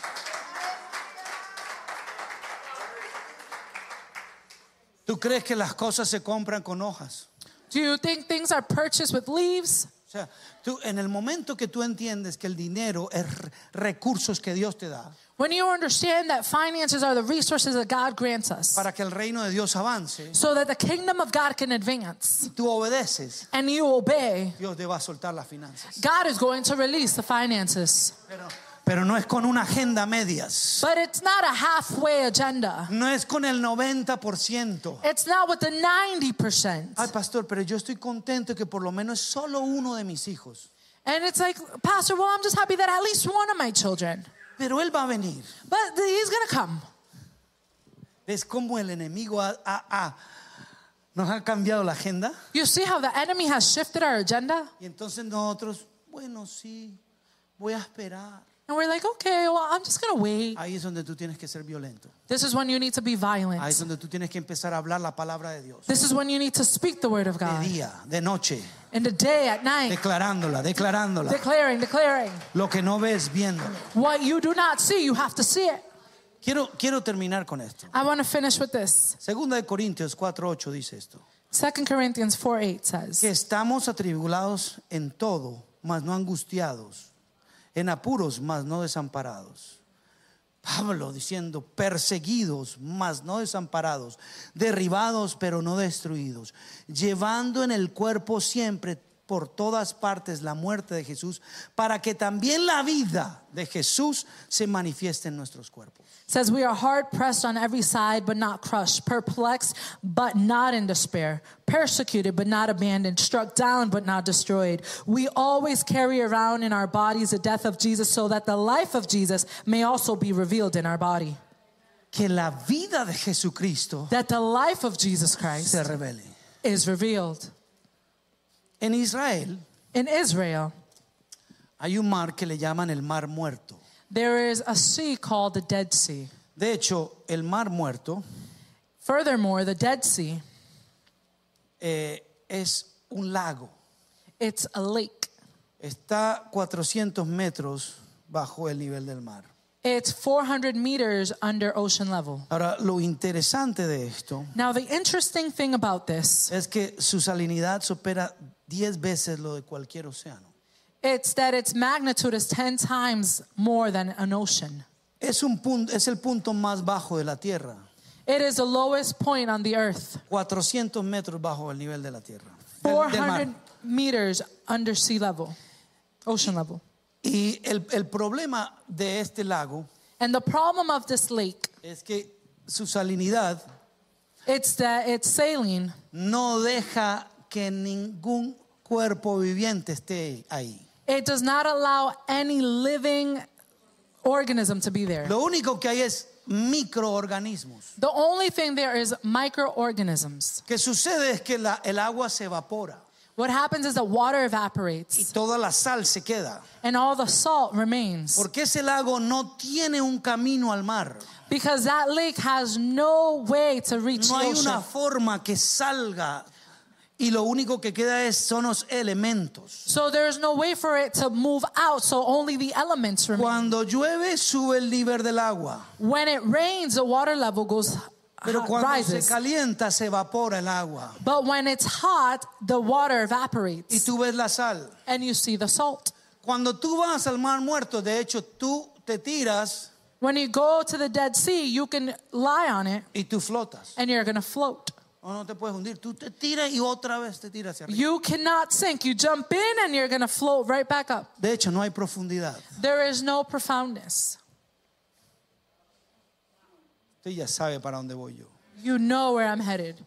¿Tú crees que las cosas se compran con hojas? Do you think things are purchased with leaves? O sea, tú, en el momento que tú entiendes que el dinero es re- recursos que Dios te da When you understand that finances are the resources that God grants us para que el reino de Dios avance, so that the kingdom of God can advance tú obedeces, and you obey, Dios te va a soltar las finanzas. God is going to release the finances. Pero, pero no es con una agenda a medias, But it's not a halfway agenda. no es con el 90%. It's not with the Ay, 90%. pastor, pero yo estoy contento que por lo menos solo uno de mis hijos. And it's like, Pastor, well, I'm just happy that at least one of my children. Pero él va a venir. But he's going to come. ¿Ves cómo el enemigo ha- ha- ha- nos ha cambiado la agenda? You see how the enemy has shifted our agenda? Y entonces nosotros, bueno, sí, voy a esperar. And we're like, okay, well, I'm just going to wait. Ahí es donde tú tienes que ser violento. This is when you need to be Ahí es violent. donde tú tienes que empezar a hablar la palabra de Dios. This is when you need to speak the word of De God. día, de noche, In the day, at night, declarándola, declarándola. declaring, declaring. Lo que no ves, viéndolo. What you do not see, you have to see it. Quiero, quiero terminar con esto. I want to finish with this. Segunda de Corintios 4.8 dice esto. 2 Corinthians 4 8 says, Que estamos atribulados en todo, mas no angustiados. En apuros, mas no desamparados. Pablo diciendo, perseguidos, mas no desamparados. Derribados, pero no destruidos. Llevando en el cuerpo siempre por todas partes la muerte de Jesús, para que también la vida de Jesús se manifieste en nuestros cuerpos. says we are hard pressed on every side but not crushed perplexed but not in despair persecuted but not abandoned struck down but not destroyed we always carry around in our bodies the death of jesus so that the life of jesus may also be revealed in our body Que la vida de Jesucristo that the life of jesus christ se revele. is revealed En Israel in israel hay un mar que le llaman el mar muerto. there is a sea called the dead sea De hecho, el mar muerto furthermore the dead sea eh, es un lago. it's a lake Está 400 metros bajo el nivel del mar. it's 400 meters under ocean level Ahora, lo interesante de esto Now, the interesting thing about this, es que su salinidad supera 10 veces lo de cualquier océano. it's that its magnitude is 10 times more than an ocean. Es, un punto, es el punto más bajo de la Tierra. It is the lowest point on the earth, 400 metros bajo el nivel de la Tierra. del- del mar. 400 meters under sea level, ocean level. Y el, el problema de este lago And the problem of this lake, es que su salinidad it's that it's saline. no deja que ningún cuerpo viviente esté ahí. It does not allow any living organism to be there. Lo único que hay es microorganismos. The only thing there is microorganisms. Que sucede es que la- el agua se evapora What happens is the water y evaporates toda la sal se queda. and all the salt remains Porque ese lago no tiene un camino al mar. because that lake has no way to reach No the hay ocean. una forma que salga y lo único que queda es son los elementos. So there's no way for it to move out, so only the elements remain. Cuando llueve sube el nivel del agua, When it rains, the water level goes pero cuando se Ah, rises. calienta se evapora el agua But when it's hot, the water y evaporates tú ves la sal. and you see the salt. Cuando tú vas al mar muerto, de hecho tú te tiras When you go to the Dead Sea, you can lie on it y tú flotas. and you're going to float. O no te puedes hundir, tú te tiras y otra vez te tiras hacia arriba. You cannot sink. You jump in and you're going to float right back up. De hecho, no hay profundidad. There is no profoundness. Usted ya sabe para dónde voy yo. You know where I'm headed.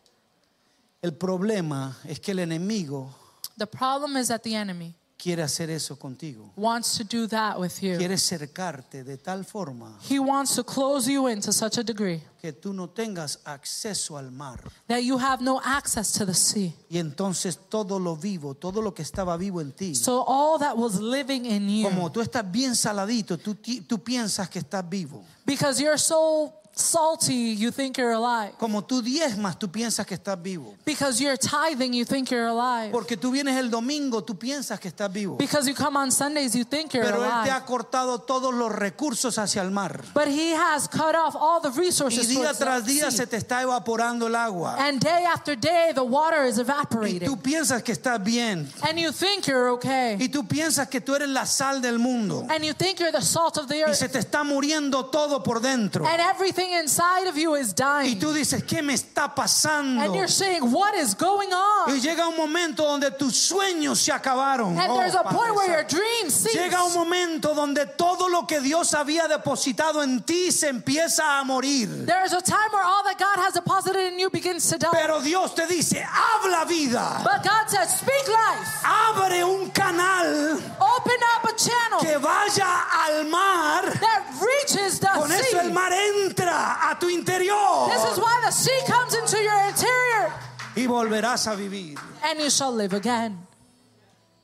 El problema es que el enemigo The problem is that the enemy quiere hacer eso contigo. wants to do that with you. Quiere cercarte de tal forma He wants to close you in to such a degree que tú no tengas acceso al mar. that you have no access to the sea. Y entonces todo lo vivo, todo lo que estaba vivo en ti, So all that was living in you, como tú estás bien saladito, tú, ti- tú piensas que estás vivo. because you're so salty, you think you're alive. Como tú diezmas, tú piensas que estás vivo. Because you're tithing, you think you're alive. Porque tú vienes el domingo, tú piensas que estás vivo. Because you come on Sundays, you think you're Pero Él te alive. ha cortado todos los recursos hacia el mar. But he has cut off all the Y resources. día towards the tras día sea. se te está evaporando el agua. And day after day, the water is Y evaporating. tú piensas que estás bien. And you think you're okay. Y tú piensas que tú eres la sal del mundo. And you think you're the salt of the Y earth. se te está muriendo todo por dentro. And everything inside of you is Y dying. tú dices, ¿qué me está pasando? And you're saying, What is going on? Y llega un momento donde tus sueños se acabaron. And Oh, there's a Padre point where your Santo. dream cease. Llega un momento donde todo lo que Dios había depositado en ti se empieza a morir. There's a time where all that God has deposited in you begins to die. Pero Dios te dice, habla vida. But God says, Speak life. Abre un canal Open up a channel que vaya al mar. that reaches the Con eso el oh. sea. mar entra a tu interior This is why the sea comes into your interior y volverás a vivir. and you shall live again.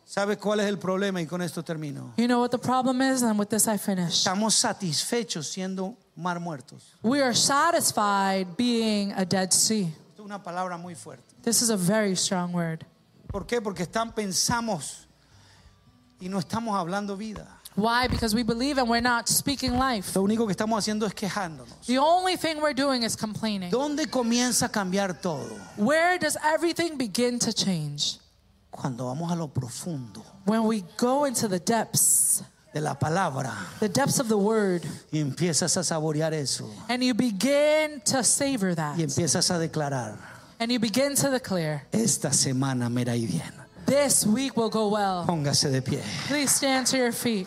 ¿Sabes cuál es el problema? Y con esto termino. You know what the problem is? And with this, I finish. Estamos satisfechos siendo mar muertos. We are satisfied being a dead sea. Esto es una palabra muy fuerte. This is a very strong word. ¿Por qué? Porque están, pensamos y no estamos hablando vida. Why? Because we believe and we're not speaking life. Lo único que estamos haciendo es quejándonos. The only thing we're doing is complaining. ¿Dónde comienza a cambiar todo? Where does everything begin to change? Cuando vamos a lo profundo When we go into the depths, de la palabra the depths of the word, y empiezas a saborear eso and you begin to savor y that, empiezas a declarar, and you begin to declare, esta semana me irá bien. This week will go well. Póngase de pie. Please stand to your feet.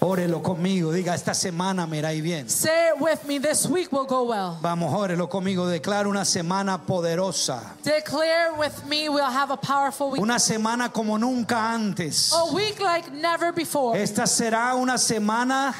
Órelo conmigo, diga, esta semana me irá y bien. Say it with me. This week will go well. Vamos, órelo conmigo, declaro una semana poderosa. Declare with me we'll have a powerful week. Una semana como nunca antes. A week like never before. Esta será una semana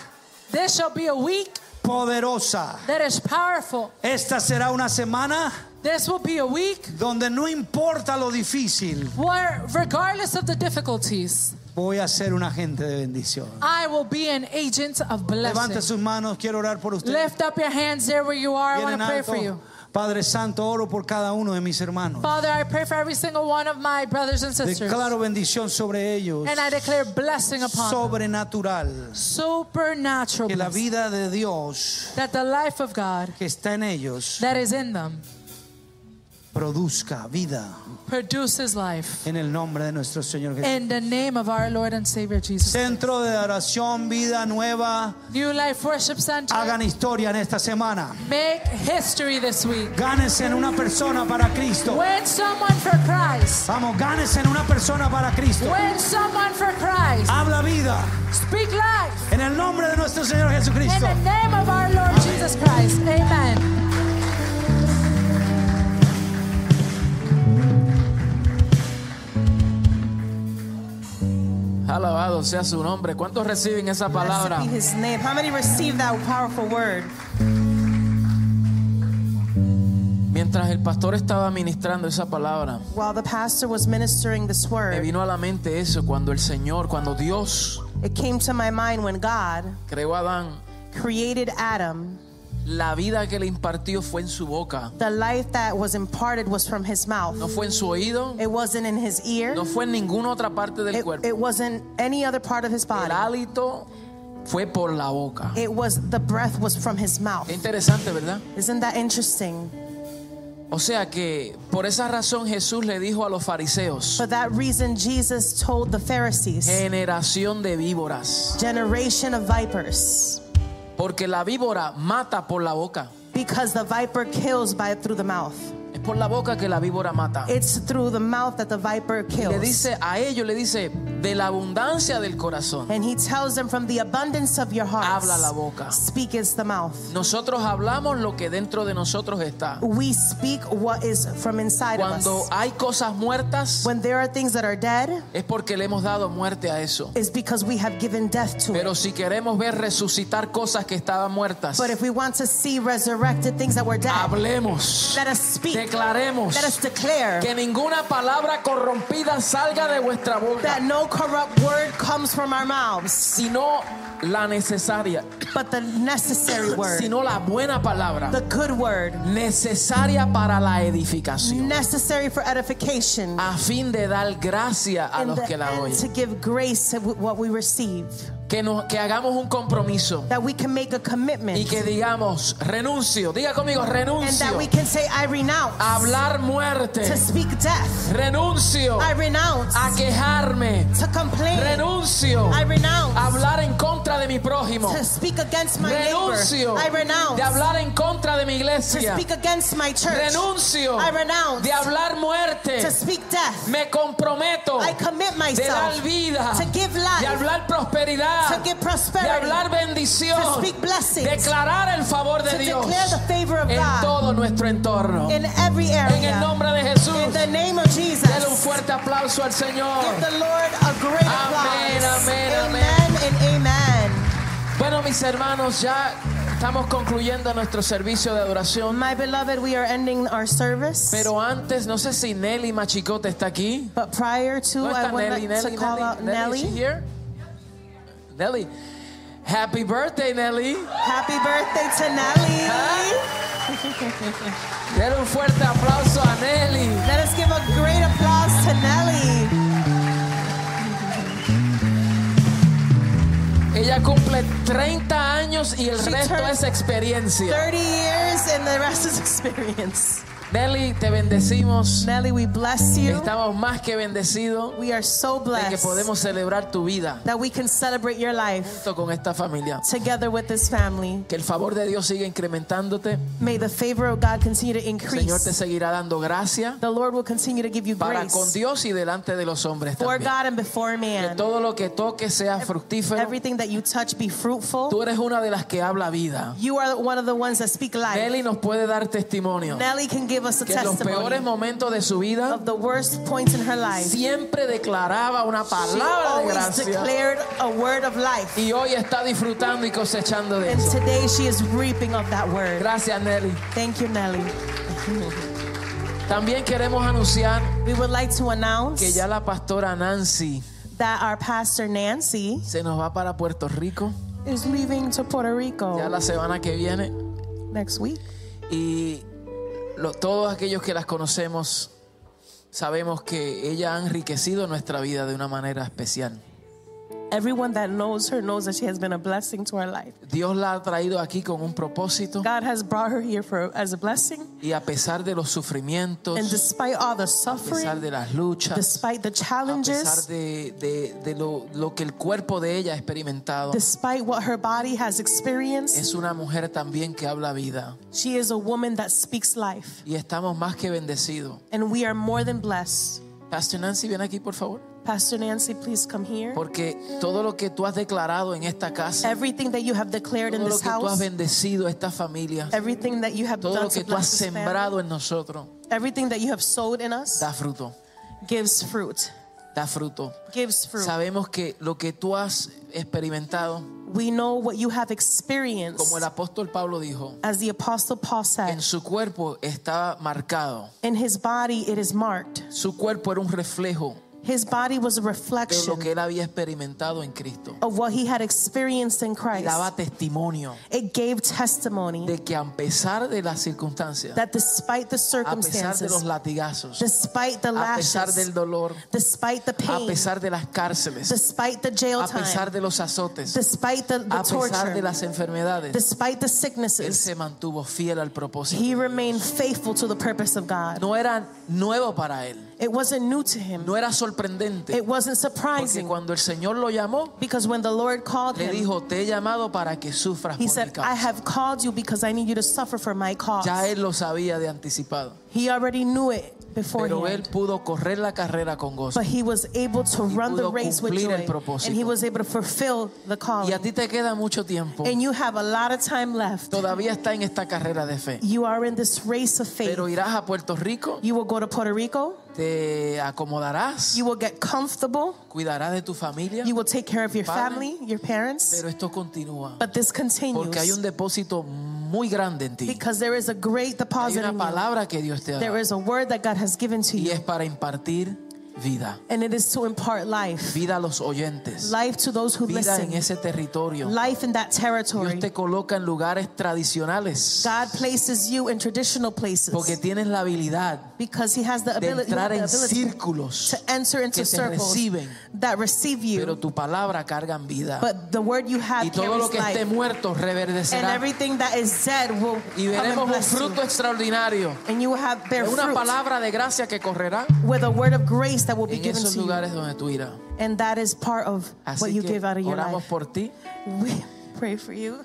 This shall be a week poderosa. that is powerful. Esta será una semana This will be a week donde no importa lo difícil, where, regardless of the difficulties, voy a ser un agente de bendición. I will be an agent of Levante blessing. sus manos, quiero orar por usted. Lift up your hands there where you are. I Bien en want to pray alto. for you. Padre Santo, oro por cada uno de mis hermanos. Father, I pray for every single one of my brothers and sisters. Declaro bendición sobre ellos. And I declare blessing upon them. Sobrenatural. Supernatural Que la blessing. vida de Dios That the life of God que está en ellos that is in them produzca vida produces life. en el nombre de nuestro Señor Jesús. In the name of our Lord and Savior Jesus. Centro de oración, vida nueva. New Life Worship Center. Hagan historia en esta semana. Make history this week. Gánense en una persona para Cristo. Win someone for Christ. Vamos, gánense en una persona para Cristo. Win someone for Christ. Habla vida Speak life en el nombre de nuestro Señor in Jesucristo. the name of our Lord Jesus Christ. Amen. Alabado sea su nombre. ¿Cuántos reciben esa palabra? Blessed be his name. How many received that powerful word? Mientras el pastor estaba ministrando esa palabra, While the pastor was ministering this me word, vino a la mente eso cuando el Señor, cuando Dios it came to my mind when God creó a Adán, created Adam, la vida que le impartió fue en su boca, the life that was imparted was from his no mouth. fue en su oído, It wasn't in his ear. no fue en ninguna otra parte del It, cuerpo. it wasn't any other part of his El body. hálito fue por la boca. It was the breath was from his Qué mouth. interesante, ¿verdad? Isn't that interesting? O sea que por esa razón Jesús le dijo a los fariseos, For that reason, Jesus told the Pharisees, generación de víboras, generation of vipers, porque la víbora mata por la boca. because the viper kills by through the mouth. Es por la boca que la víbora mata. It's through the mouth that the viper Le kills. dice a ellos, le dice, de la abundancia del corazón. And he tells them from the abundance of your heart, Habla la boca. speak is the mouth. Nosotros hablamos lo que dentro de nosotros está. We speak what is from inside Cuando of us. hay cosas muertas, When there are things that are dead, es porque le hemos dado muerte a eso. it's because we have given death to Pero it. si queremos ver resucitar cosas que estaban muertas, But if we want to see resurrected things that were dead, hablemos, let us speak, declaremos let us declare que ninguna palabra corrompida salga de vuestra boca, that no corrupt word comes from our mouths, sino la necesaria, but the necessary word, sino la buena the palabra, good word, necesaria para la edificación. necessary for edification, a fin de dar gracia a and los the que la end to oyen. give grace to what we receive. Que, nos, que hagamos un compromiso that we can make a y commitment que digamos, renuncio, diga conmigo, and renuncio that we can say I renounce a hablar muerte, to speak death renuncio I renounce a quejarme, to complain renuncio I renounce a hablar en contra de mi prójimo, to speak against my renuncio neighbor I renounce de hablar en contra de mi to iglesia, speak against my church renuncio I renounce de hablar muerte, to speak death me comprometo I commit de myself dar vida, to give de life hablar prosperidad, to give de prosperity hablar bendición, to speak blessings declarar el favor de to Dios declare the favor of en God todo nuestro entorno. in every En el area nombre de Jesús, in the name of Jesus dale un fuerte aplauso al Señor. give the Lord a great Amén, applause amén, amen and amen Bueno, mis hermanos, ya estamos concluyendo nuestro servicio de adoración. My beloved, we are ending our service. Pero antes, no sé si Nelly Machicote está aquí. but prior to, ¿No I está would Nelly? like Nelly, to call Nelly, out Nelly, Nelly. is she here? Nelly. Happy birthday, Nelly. Happy birthday to Nelly. Dale un fuerte aplauso a Nelly. Let us give a great applause to Nelly. Ella cumple 30 años y el She resto turned es experiencia. 30 years and the rest is experience. Nelly, te bendecimos. Nelly, we bless you. Estamos más que bendecidos We are so de que blessed podemos celebrar tu vida that we can celebrate your life junto con esta familia. together with this family. Que el favor de Dios siga incrementándote. May the favor of God continue to El Señor te increase. seguirá dando gracia The Lord will continue to give you para con grace Dios y delante de los hombres for también. God and before Que man. todo lo que toque sea fructífero. Everything that you touch be fruitful. Tú eres una de las que habla vida. You are one of the ones that speak life. Nelly Nelly, nos puede dar testimonio can give us a que en los testimony peores momentos de su vida of the worst points in her life. She siempre declaraba una palabra de always gracia. declared a word of life. Y hoy está disfrutando y cosechando de And eso. today she is reaping of that word. Gracias, Nelly. Thank you, Nelly. También queremos anunciar We would like to que announce ya la pastora Nancy that our pastor Nancy se nos va para Puerto Rico is leaving to Puerto ya Rico la semana que viene. next week. Y lo- todos aquellos que las conocemos sabemos que ella ha enriquecido nuestra vida de una manera especial. Everyone that knows her knows that she has been a blessing to our life. Dios la ha traído aquí con un propósito God has brought her here for as a blessing, y a pesar de los and sufrimientos, despite all the a pesar suffering, de las luchas, despite the a pesar challenges, de, de- de lo, lo que el cuerpo de ella ha experimentado, despite what her body has experienced, es una mujer también que habla vida. she is a woman that speaks life. Y estamos más que bendecidos. And we are more than blessed. Pastor Nancy, ven aquí, por favor. Pastor Nancy, please come here. Porque todo lo que tú has declarado en esta casa, Everything that you have declared in todo lo this que tú has house, bendecido a esta familia, everything that you have todo done lo to que tú has bless this family, sembrado en nosotros, everything that you have sowed in us da fruto, gives fruit. da fruto. Gives fruit. Sabemos que lo que tú has experimentado, We know what you have experienced. como el apóstol Pablo dijo, As the Apostle Paul en said, su cuerpo estaba marcado. in his body it is marked. Su cuerpo era un reflejo His body was a de lo reflection que él había experimentado en Cristo. of what he had experienced in Y Oh, Christ. Daba testimonio It gave testimony de que a pesar de las circunstancias, that despite a pesar the de los circumstances, latigazos, despite the a pesar lashes, del dolor, despite the a pain, pesar de las cárceles, despite the jail a pesar time, de los azotes, despite the, the a pesar de torture, las enfermedades, despite the él sicknesses, se mantuvo fiel al propósito. he remained faithful to the purpose of God. No era nuevo para él, It wasn't new to him. no era sorprendente, It wasn't porque surprising cuando el Señor lo llamó, because when the Lord called le him, dijo, te he llamado para que sufras por he mi said, I causa. have called you because I need you to suffer for my Ya cause. él lo sabía de anticipado, He already knew it pero él beforehand. pudo correr la carrera con gozo. But he was able to run the pudo race with cumplir joy. el propósito. And he was able to fulfill the Y calling. a ti te queda mucho tiempo. And you have a lot of time left. Todavía está en esta carrera de fe. You are in this race of faith. Pero irás a Puerto Rico, You will go to Puerto Rico. te acomodarás, You will get comfortable. cuidarás de tu familia, You will take care of your Padre. family, your parents. pero esto continúa. But this Porque hay un continues depósito muy grande en ti. because there is a great Hay deposit una in you. palabra que Dios te ha There dado is a word that God has given to y you, es para impartir vida. and it is to impart life, Vida a los oyentes, life to those who vida en listen, ese territorio. life in that territory. Dios te coloca en lugares tradicionales God places you in traditional porque places tienes la habilidad because He has the de ability, you entrar have the en ability círculos, to enter into que te circles reciben. that receive pero you. tu palabra carga en vida. But the word you have Y todo lo carries que esté life, muerto and reverdecerá. everything that is dead will Y come and veremos un bless fruto you. extraordinario. And you will have bear Una fruit palabra de gracia que correrá with a word of grace that will be en given esos to you, lugares donde tú irás. and that is part of what Así you que give out of your oramos life. por ti. We pray for you.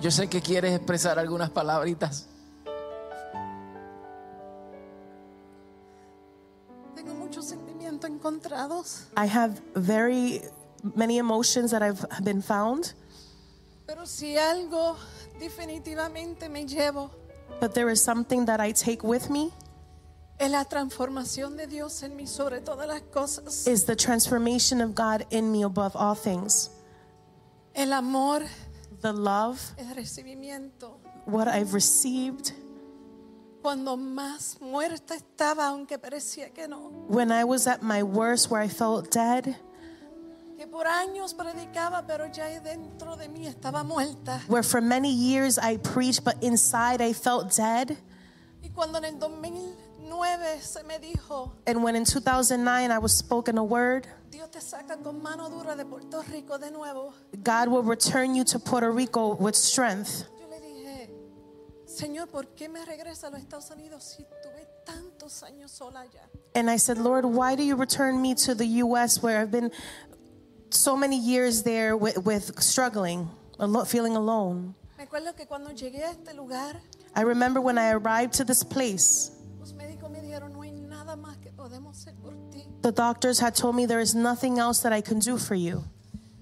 Yo sé que quieres expresar algunas palabritas. Tengo muchos sentimientos encontrados, I have very many emotions that I've been found, pero si algo definitivamente me llevo but there is something that I take with me es la transformación de Dios en mí sobre todas las cosas. is the transformation of God in me above all things. El amor, The love, el recibimiento. what I've received Cuando más muerta estaba, aunque parecía que no, when I was at my worst, where I felt dead, que por años predicaba, pero ya dentro de mí estaba muerta. where for many years I preached, but inside I felt dead. Y cuando en el 2009 se me dijo, And when in 2009 I was spoken a word, Dios te saca con mano dura de Puerto Rico de nuevo, God will return you to Puerto Rico with strength. Yo le dije, Señor, ¿por qué me regresa a los Estados Unidos si tuve tantos años sola allá? And I said, Lord, why do you return me to the U.S. where I've been so many years there with, with struggling, alo- feeling alone? Me acuerdo que cuando llegué a este lugar, I remember when I arrived to this place, los médicos me dijeron, no hay nada más que podemos hacer por ti. the doctors had told me there is nothing else that I can do for you.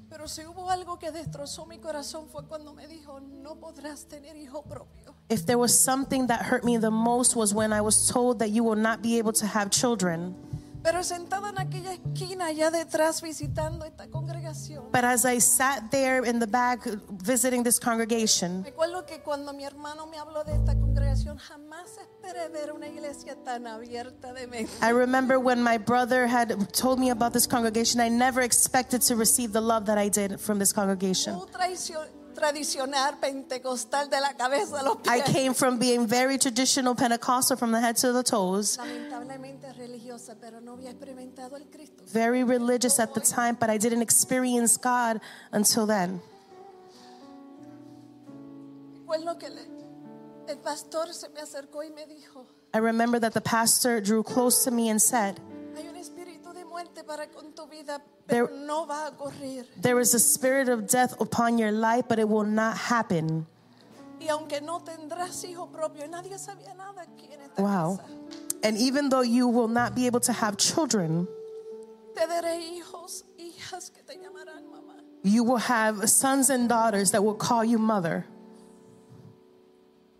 Pero si hubo algo que destrozó mi corazón fue cuando me dijo, no podrás tener hijo propio. If there was something that hurt me the most was when I was told that you will not be able to have children. Pero sentada en aquella esquina allá detrás visitando esta congregación, But as I sat there in the back visiting this congregation, me acuerdo que cuando mi hermano me habló de esta congregación, jamás esperé ver una iglesia tan abierta de mente. I remember when my brother had told me about this congregation, I never expected to receive the love that I did from this congregation. Un traicio- tradicional pentecostal de la cabeza a los I pies. came from being very traditional Pentecostal from the head to the toes, Lamentablemente religiosa, pero no había experimentado el Cristo. very religious at the time, but I didn't experience God until then. Recuerdo que le- el pastor se me acercó y me dijo, I remember that the pastor drew close to me and said, hay un espíritu de muerte para con tu vida, pero There- no va a ocurrir. There is a spirit of death upon your life, but it will not happen. Y aunque no tendrás hijo propio, y nadie sabía nada aquí en esta Wow. casa. And even though you will not be able to have children, Te daré hijos, hijas que te llamarán mamá. you will have sons and daughters that will call you mother.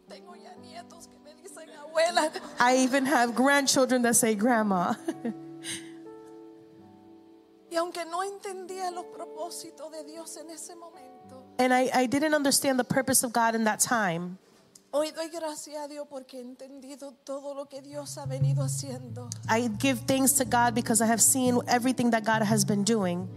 Tengo ya nietos que me dicen abuela. I even have grandchildren that say grandma. Y aunque no entendía los propósitos de Dios en ese momento, And I, I didn't understand the purpose of God in that time. hoy doy gracias a Dios porque he entendido todo lo que Dios ha venido haciendo. I give thanks to God because I have seen everything that God has been doing.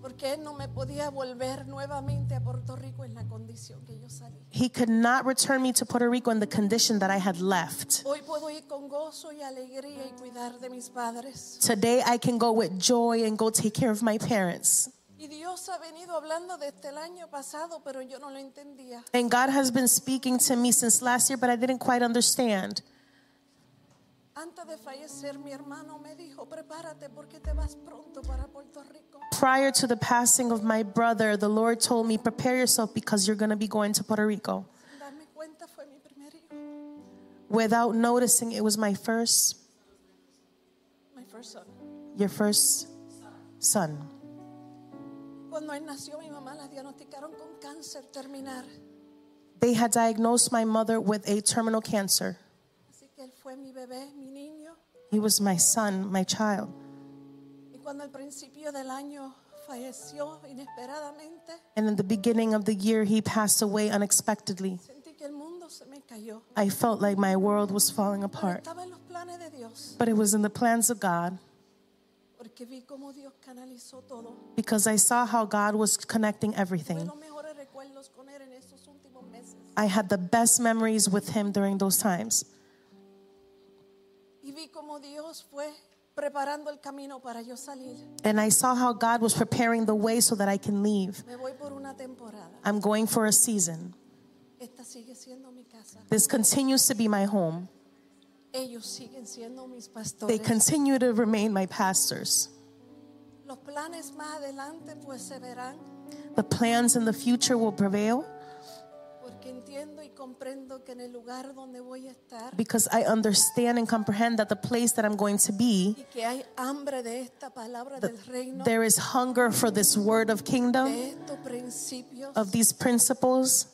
Porque Él no me podía volver nuevamente a Puerto Rico en la condición que yo salí. He could not return me to Puerto Rico in the condition that I had left. Hoy puedo ir con gozo y alegría y cuidar de mis padres. Today I can go with joy and go take care of my parents. Y Dios ha venido hablando desde el año pasado, pero yo no lo entendía. And God has been speaking to me since last year, but I didn't quite understand. Antes de fallecer, mi hermano me dijo, prepárate porque te vas pronto para Puerto Rico. Prior to the passing of my brother, the Lord told me, Prepare yourself because you're going to be going to Puerto Rico. Sin darme cuenta, fue mi primer hijo. Without noticing, it was my first, My first son. your first son. Cuando él nació, mi mamá la diagnosticaron con cáncer terminal. They had diagnosed my mother with a terminal cancer. Así que él fue mi bebé, mi niño. He was my son, my child. Y cuando al principio del año falleció inesperadamente, And in the beginning of the year, he passed away unexpectedly. sentí que el mundo se me cayó. I felt like my world was falling Pero apart. estaba en los planes de Dios, But it was in the plans of God porque vi cómo Dios canalizó todo. because I saw how God was connecting Fue everything. los mejores recuerdos con él en estos últimos meses. I had the best memories with him during those times. Y vi cómo Dios fue preparando el camino para yo salir. And I saw how God was preparing the way so that I can leave. Me voy por una temporada. I'm going for a season. Esta sigue siendo mi casa. This continues to be my home. Ellos siguen siendo mis They pastores. continue to remain my pastors. Los planes más adelante pues se verán The plans in the future will prevail porque entiendo y comprendo que en el lugar donde voy a estar because I understand and comprehend that the place that I'm going to be, y que hay hambre de esta palabra del reino, there is hunger for this word of kingdom, de estos principios, of these principles.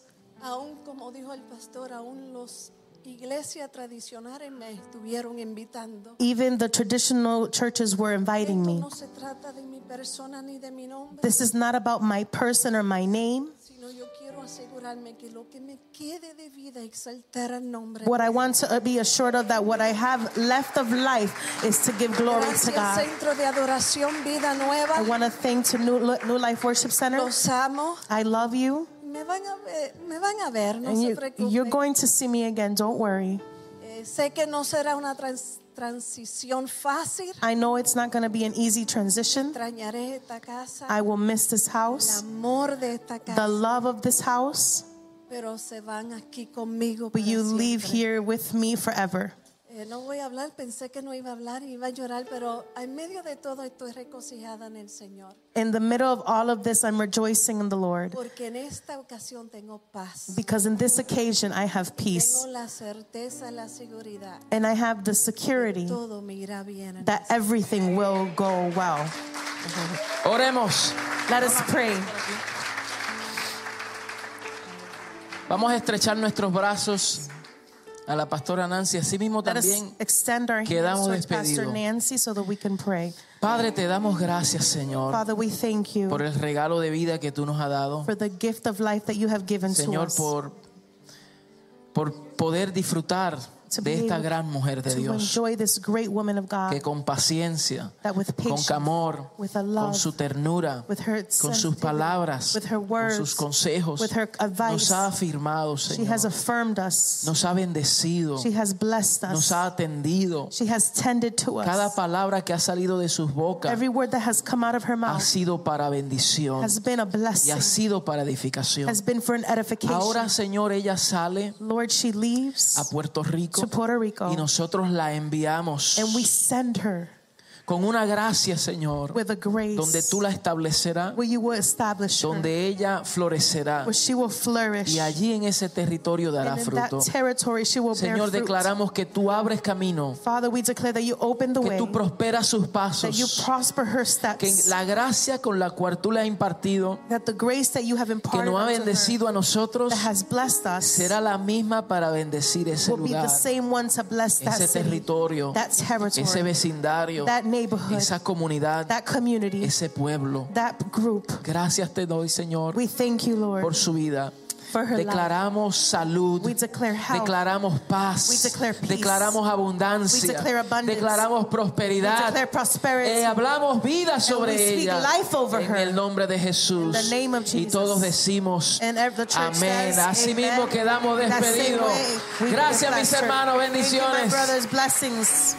aún como dijo el pastor, aún los iglesias tradicionales me estuvieron invitando. Even the traditional churches were Esto inviting me. no se trata de mi persona ni de mi nombre, This is not about my person or my name. sino yo quiero asegurarme que lo que me quede de vida exaltar al nombre. What I want to be assured of that what I have left of life is to give glory to Gracias God. Centro de Adoración Vida Nueva. I want to thank to New, New Life Worship Center. Los amo. I love you, Me van a ver, me van a ver no and se you, preocupen. you're going to see me again. Don't worry. Eh, sé que no será una trans- transición fácil. I know it's not going to be an easy transition. Extrañaré esta casa, I will miss this el house, amor de esta the casa, love of this house, pero se van aquí conmigo. but para you leave siempre. here with me forever. Eh, no voy a hablar, pensé que no iba a hablar, iba a llorar, pero en medio de todo estoy reconciliada en el Señor, In the middle of all of this, I'm rejoicing in the Lord porque en esta ocasión tengo paz, because in this occasion I have peace tengo la certeza, la seguridad, and I have the security todo me irá bien. en that everything will go well. Oremos. Let us pray. Vamos a estrechar nuestros brazos a la pastora Nancy. Asimismo Let us también, extend our hands quedamos towards Pastor despedidos. Nancy so that we can pray. Padre, te damos gracias, Señor, Father, we thank por you el regalo de vida que tú nos has dado. for the gift of life that you have given to Señor, us. por, por poder disfrutar to be de esta able gran mujer de to Dios, enjoy this great woman of God que con paciencia, that with con patience, amor, with a love, con su ternura, with her con sus sensitivity, palabras, with her con words, sus consejos, with her advice, nos ha afirmado, she has Señor, affirmed us. nos ha bendecido, She has blessed us. nos ha atendido. She has tended to us. Cada palabra que ha salido de sus bocas Every word that has come out of her ha mouth sido para bendición has been y a ha blessing, sido para edificación. has been for an edification. Ahora, Señor, ella sale Lord, she a leaves Puerto Rico to Puerto Rico y nosotros la enviamos and we send her con una gracia, Señor, with a grace donde tú la establecerás, where you will establish her, donde ella florecerá where she will flourish. y allí en ese territorio dará and in fruto. that territory, she will bear Señor, fruit. declaramos que tú abres camino, Father, we declare that you open the que way, tú prosperas sus that you pasos, prosper her que steps, la gracia con la cual tú le has impartido, that the grace that you have que imparted nos ha unto her, bendecido a nosotros, that has blessed us será la misma para bendecir ese will be the lugar, same one to bless that ese city, territorio, that territory, ese vecindario, that neighborhood, esa comunidad, that community, ese pueblo. that group. Gracias te doy, Señor, We thank you, Lord, por su vida. for her life. Declaramos salud. We declare health. Declaramos We paz. declare peace. Declaramos abundancia. We declare abundance. Declaramos prosperidad. We declare prosperity. Eh, hablamos vida sobre we speak ella. life over en her. el nombre de Jesús. In the name of Y Jesus. todos decimos And ev- the church amén. says, Así amen. mismo quedamos That same despedidos. way we Gracias bless mis her. hermanos. Thank you, my Bendiciones. brothers. Blessings.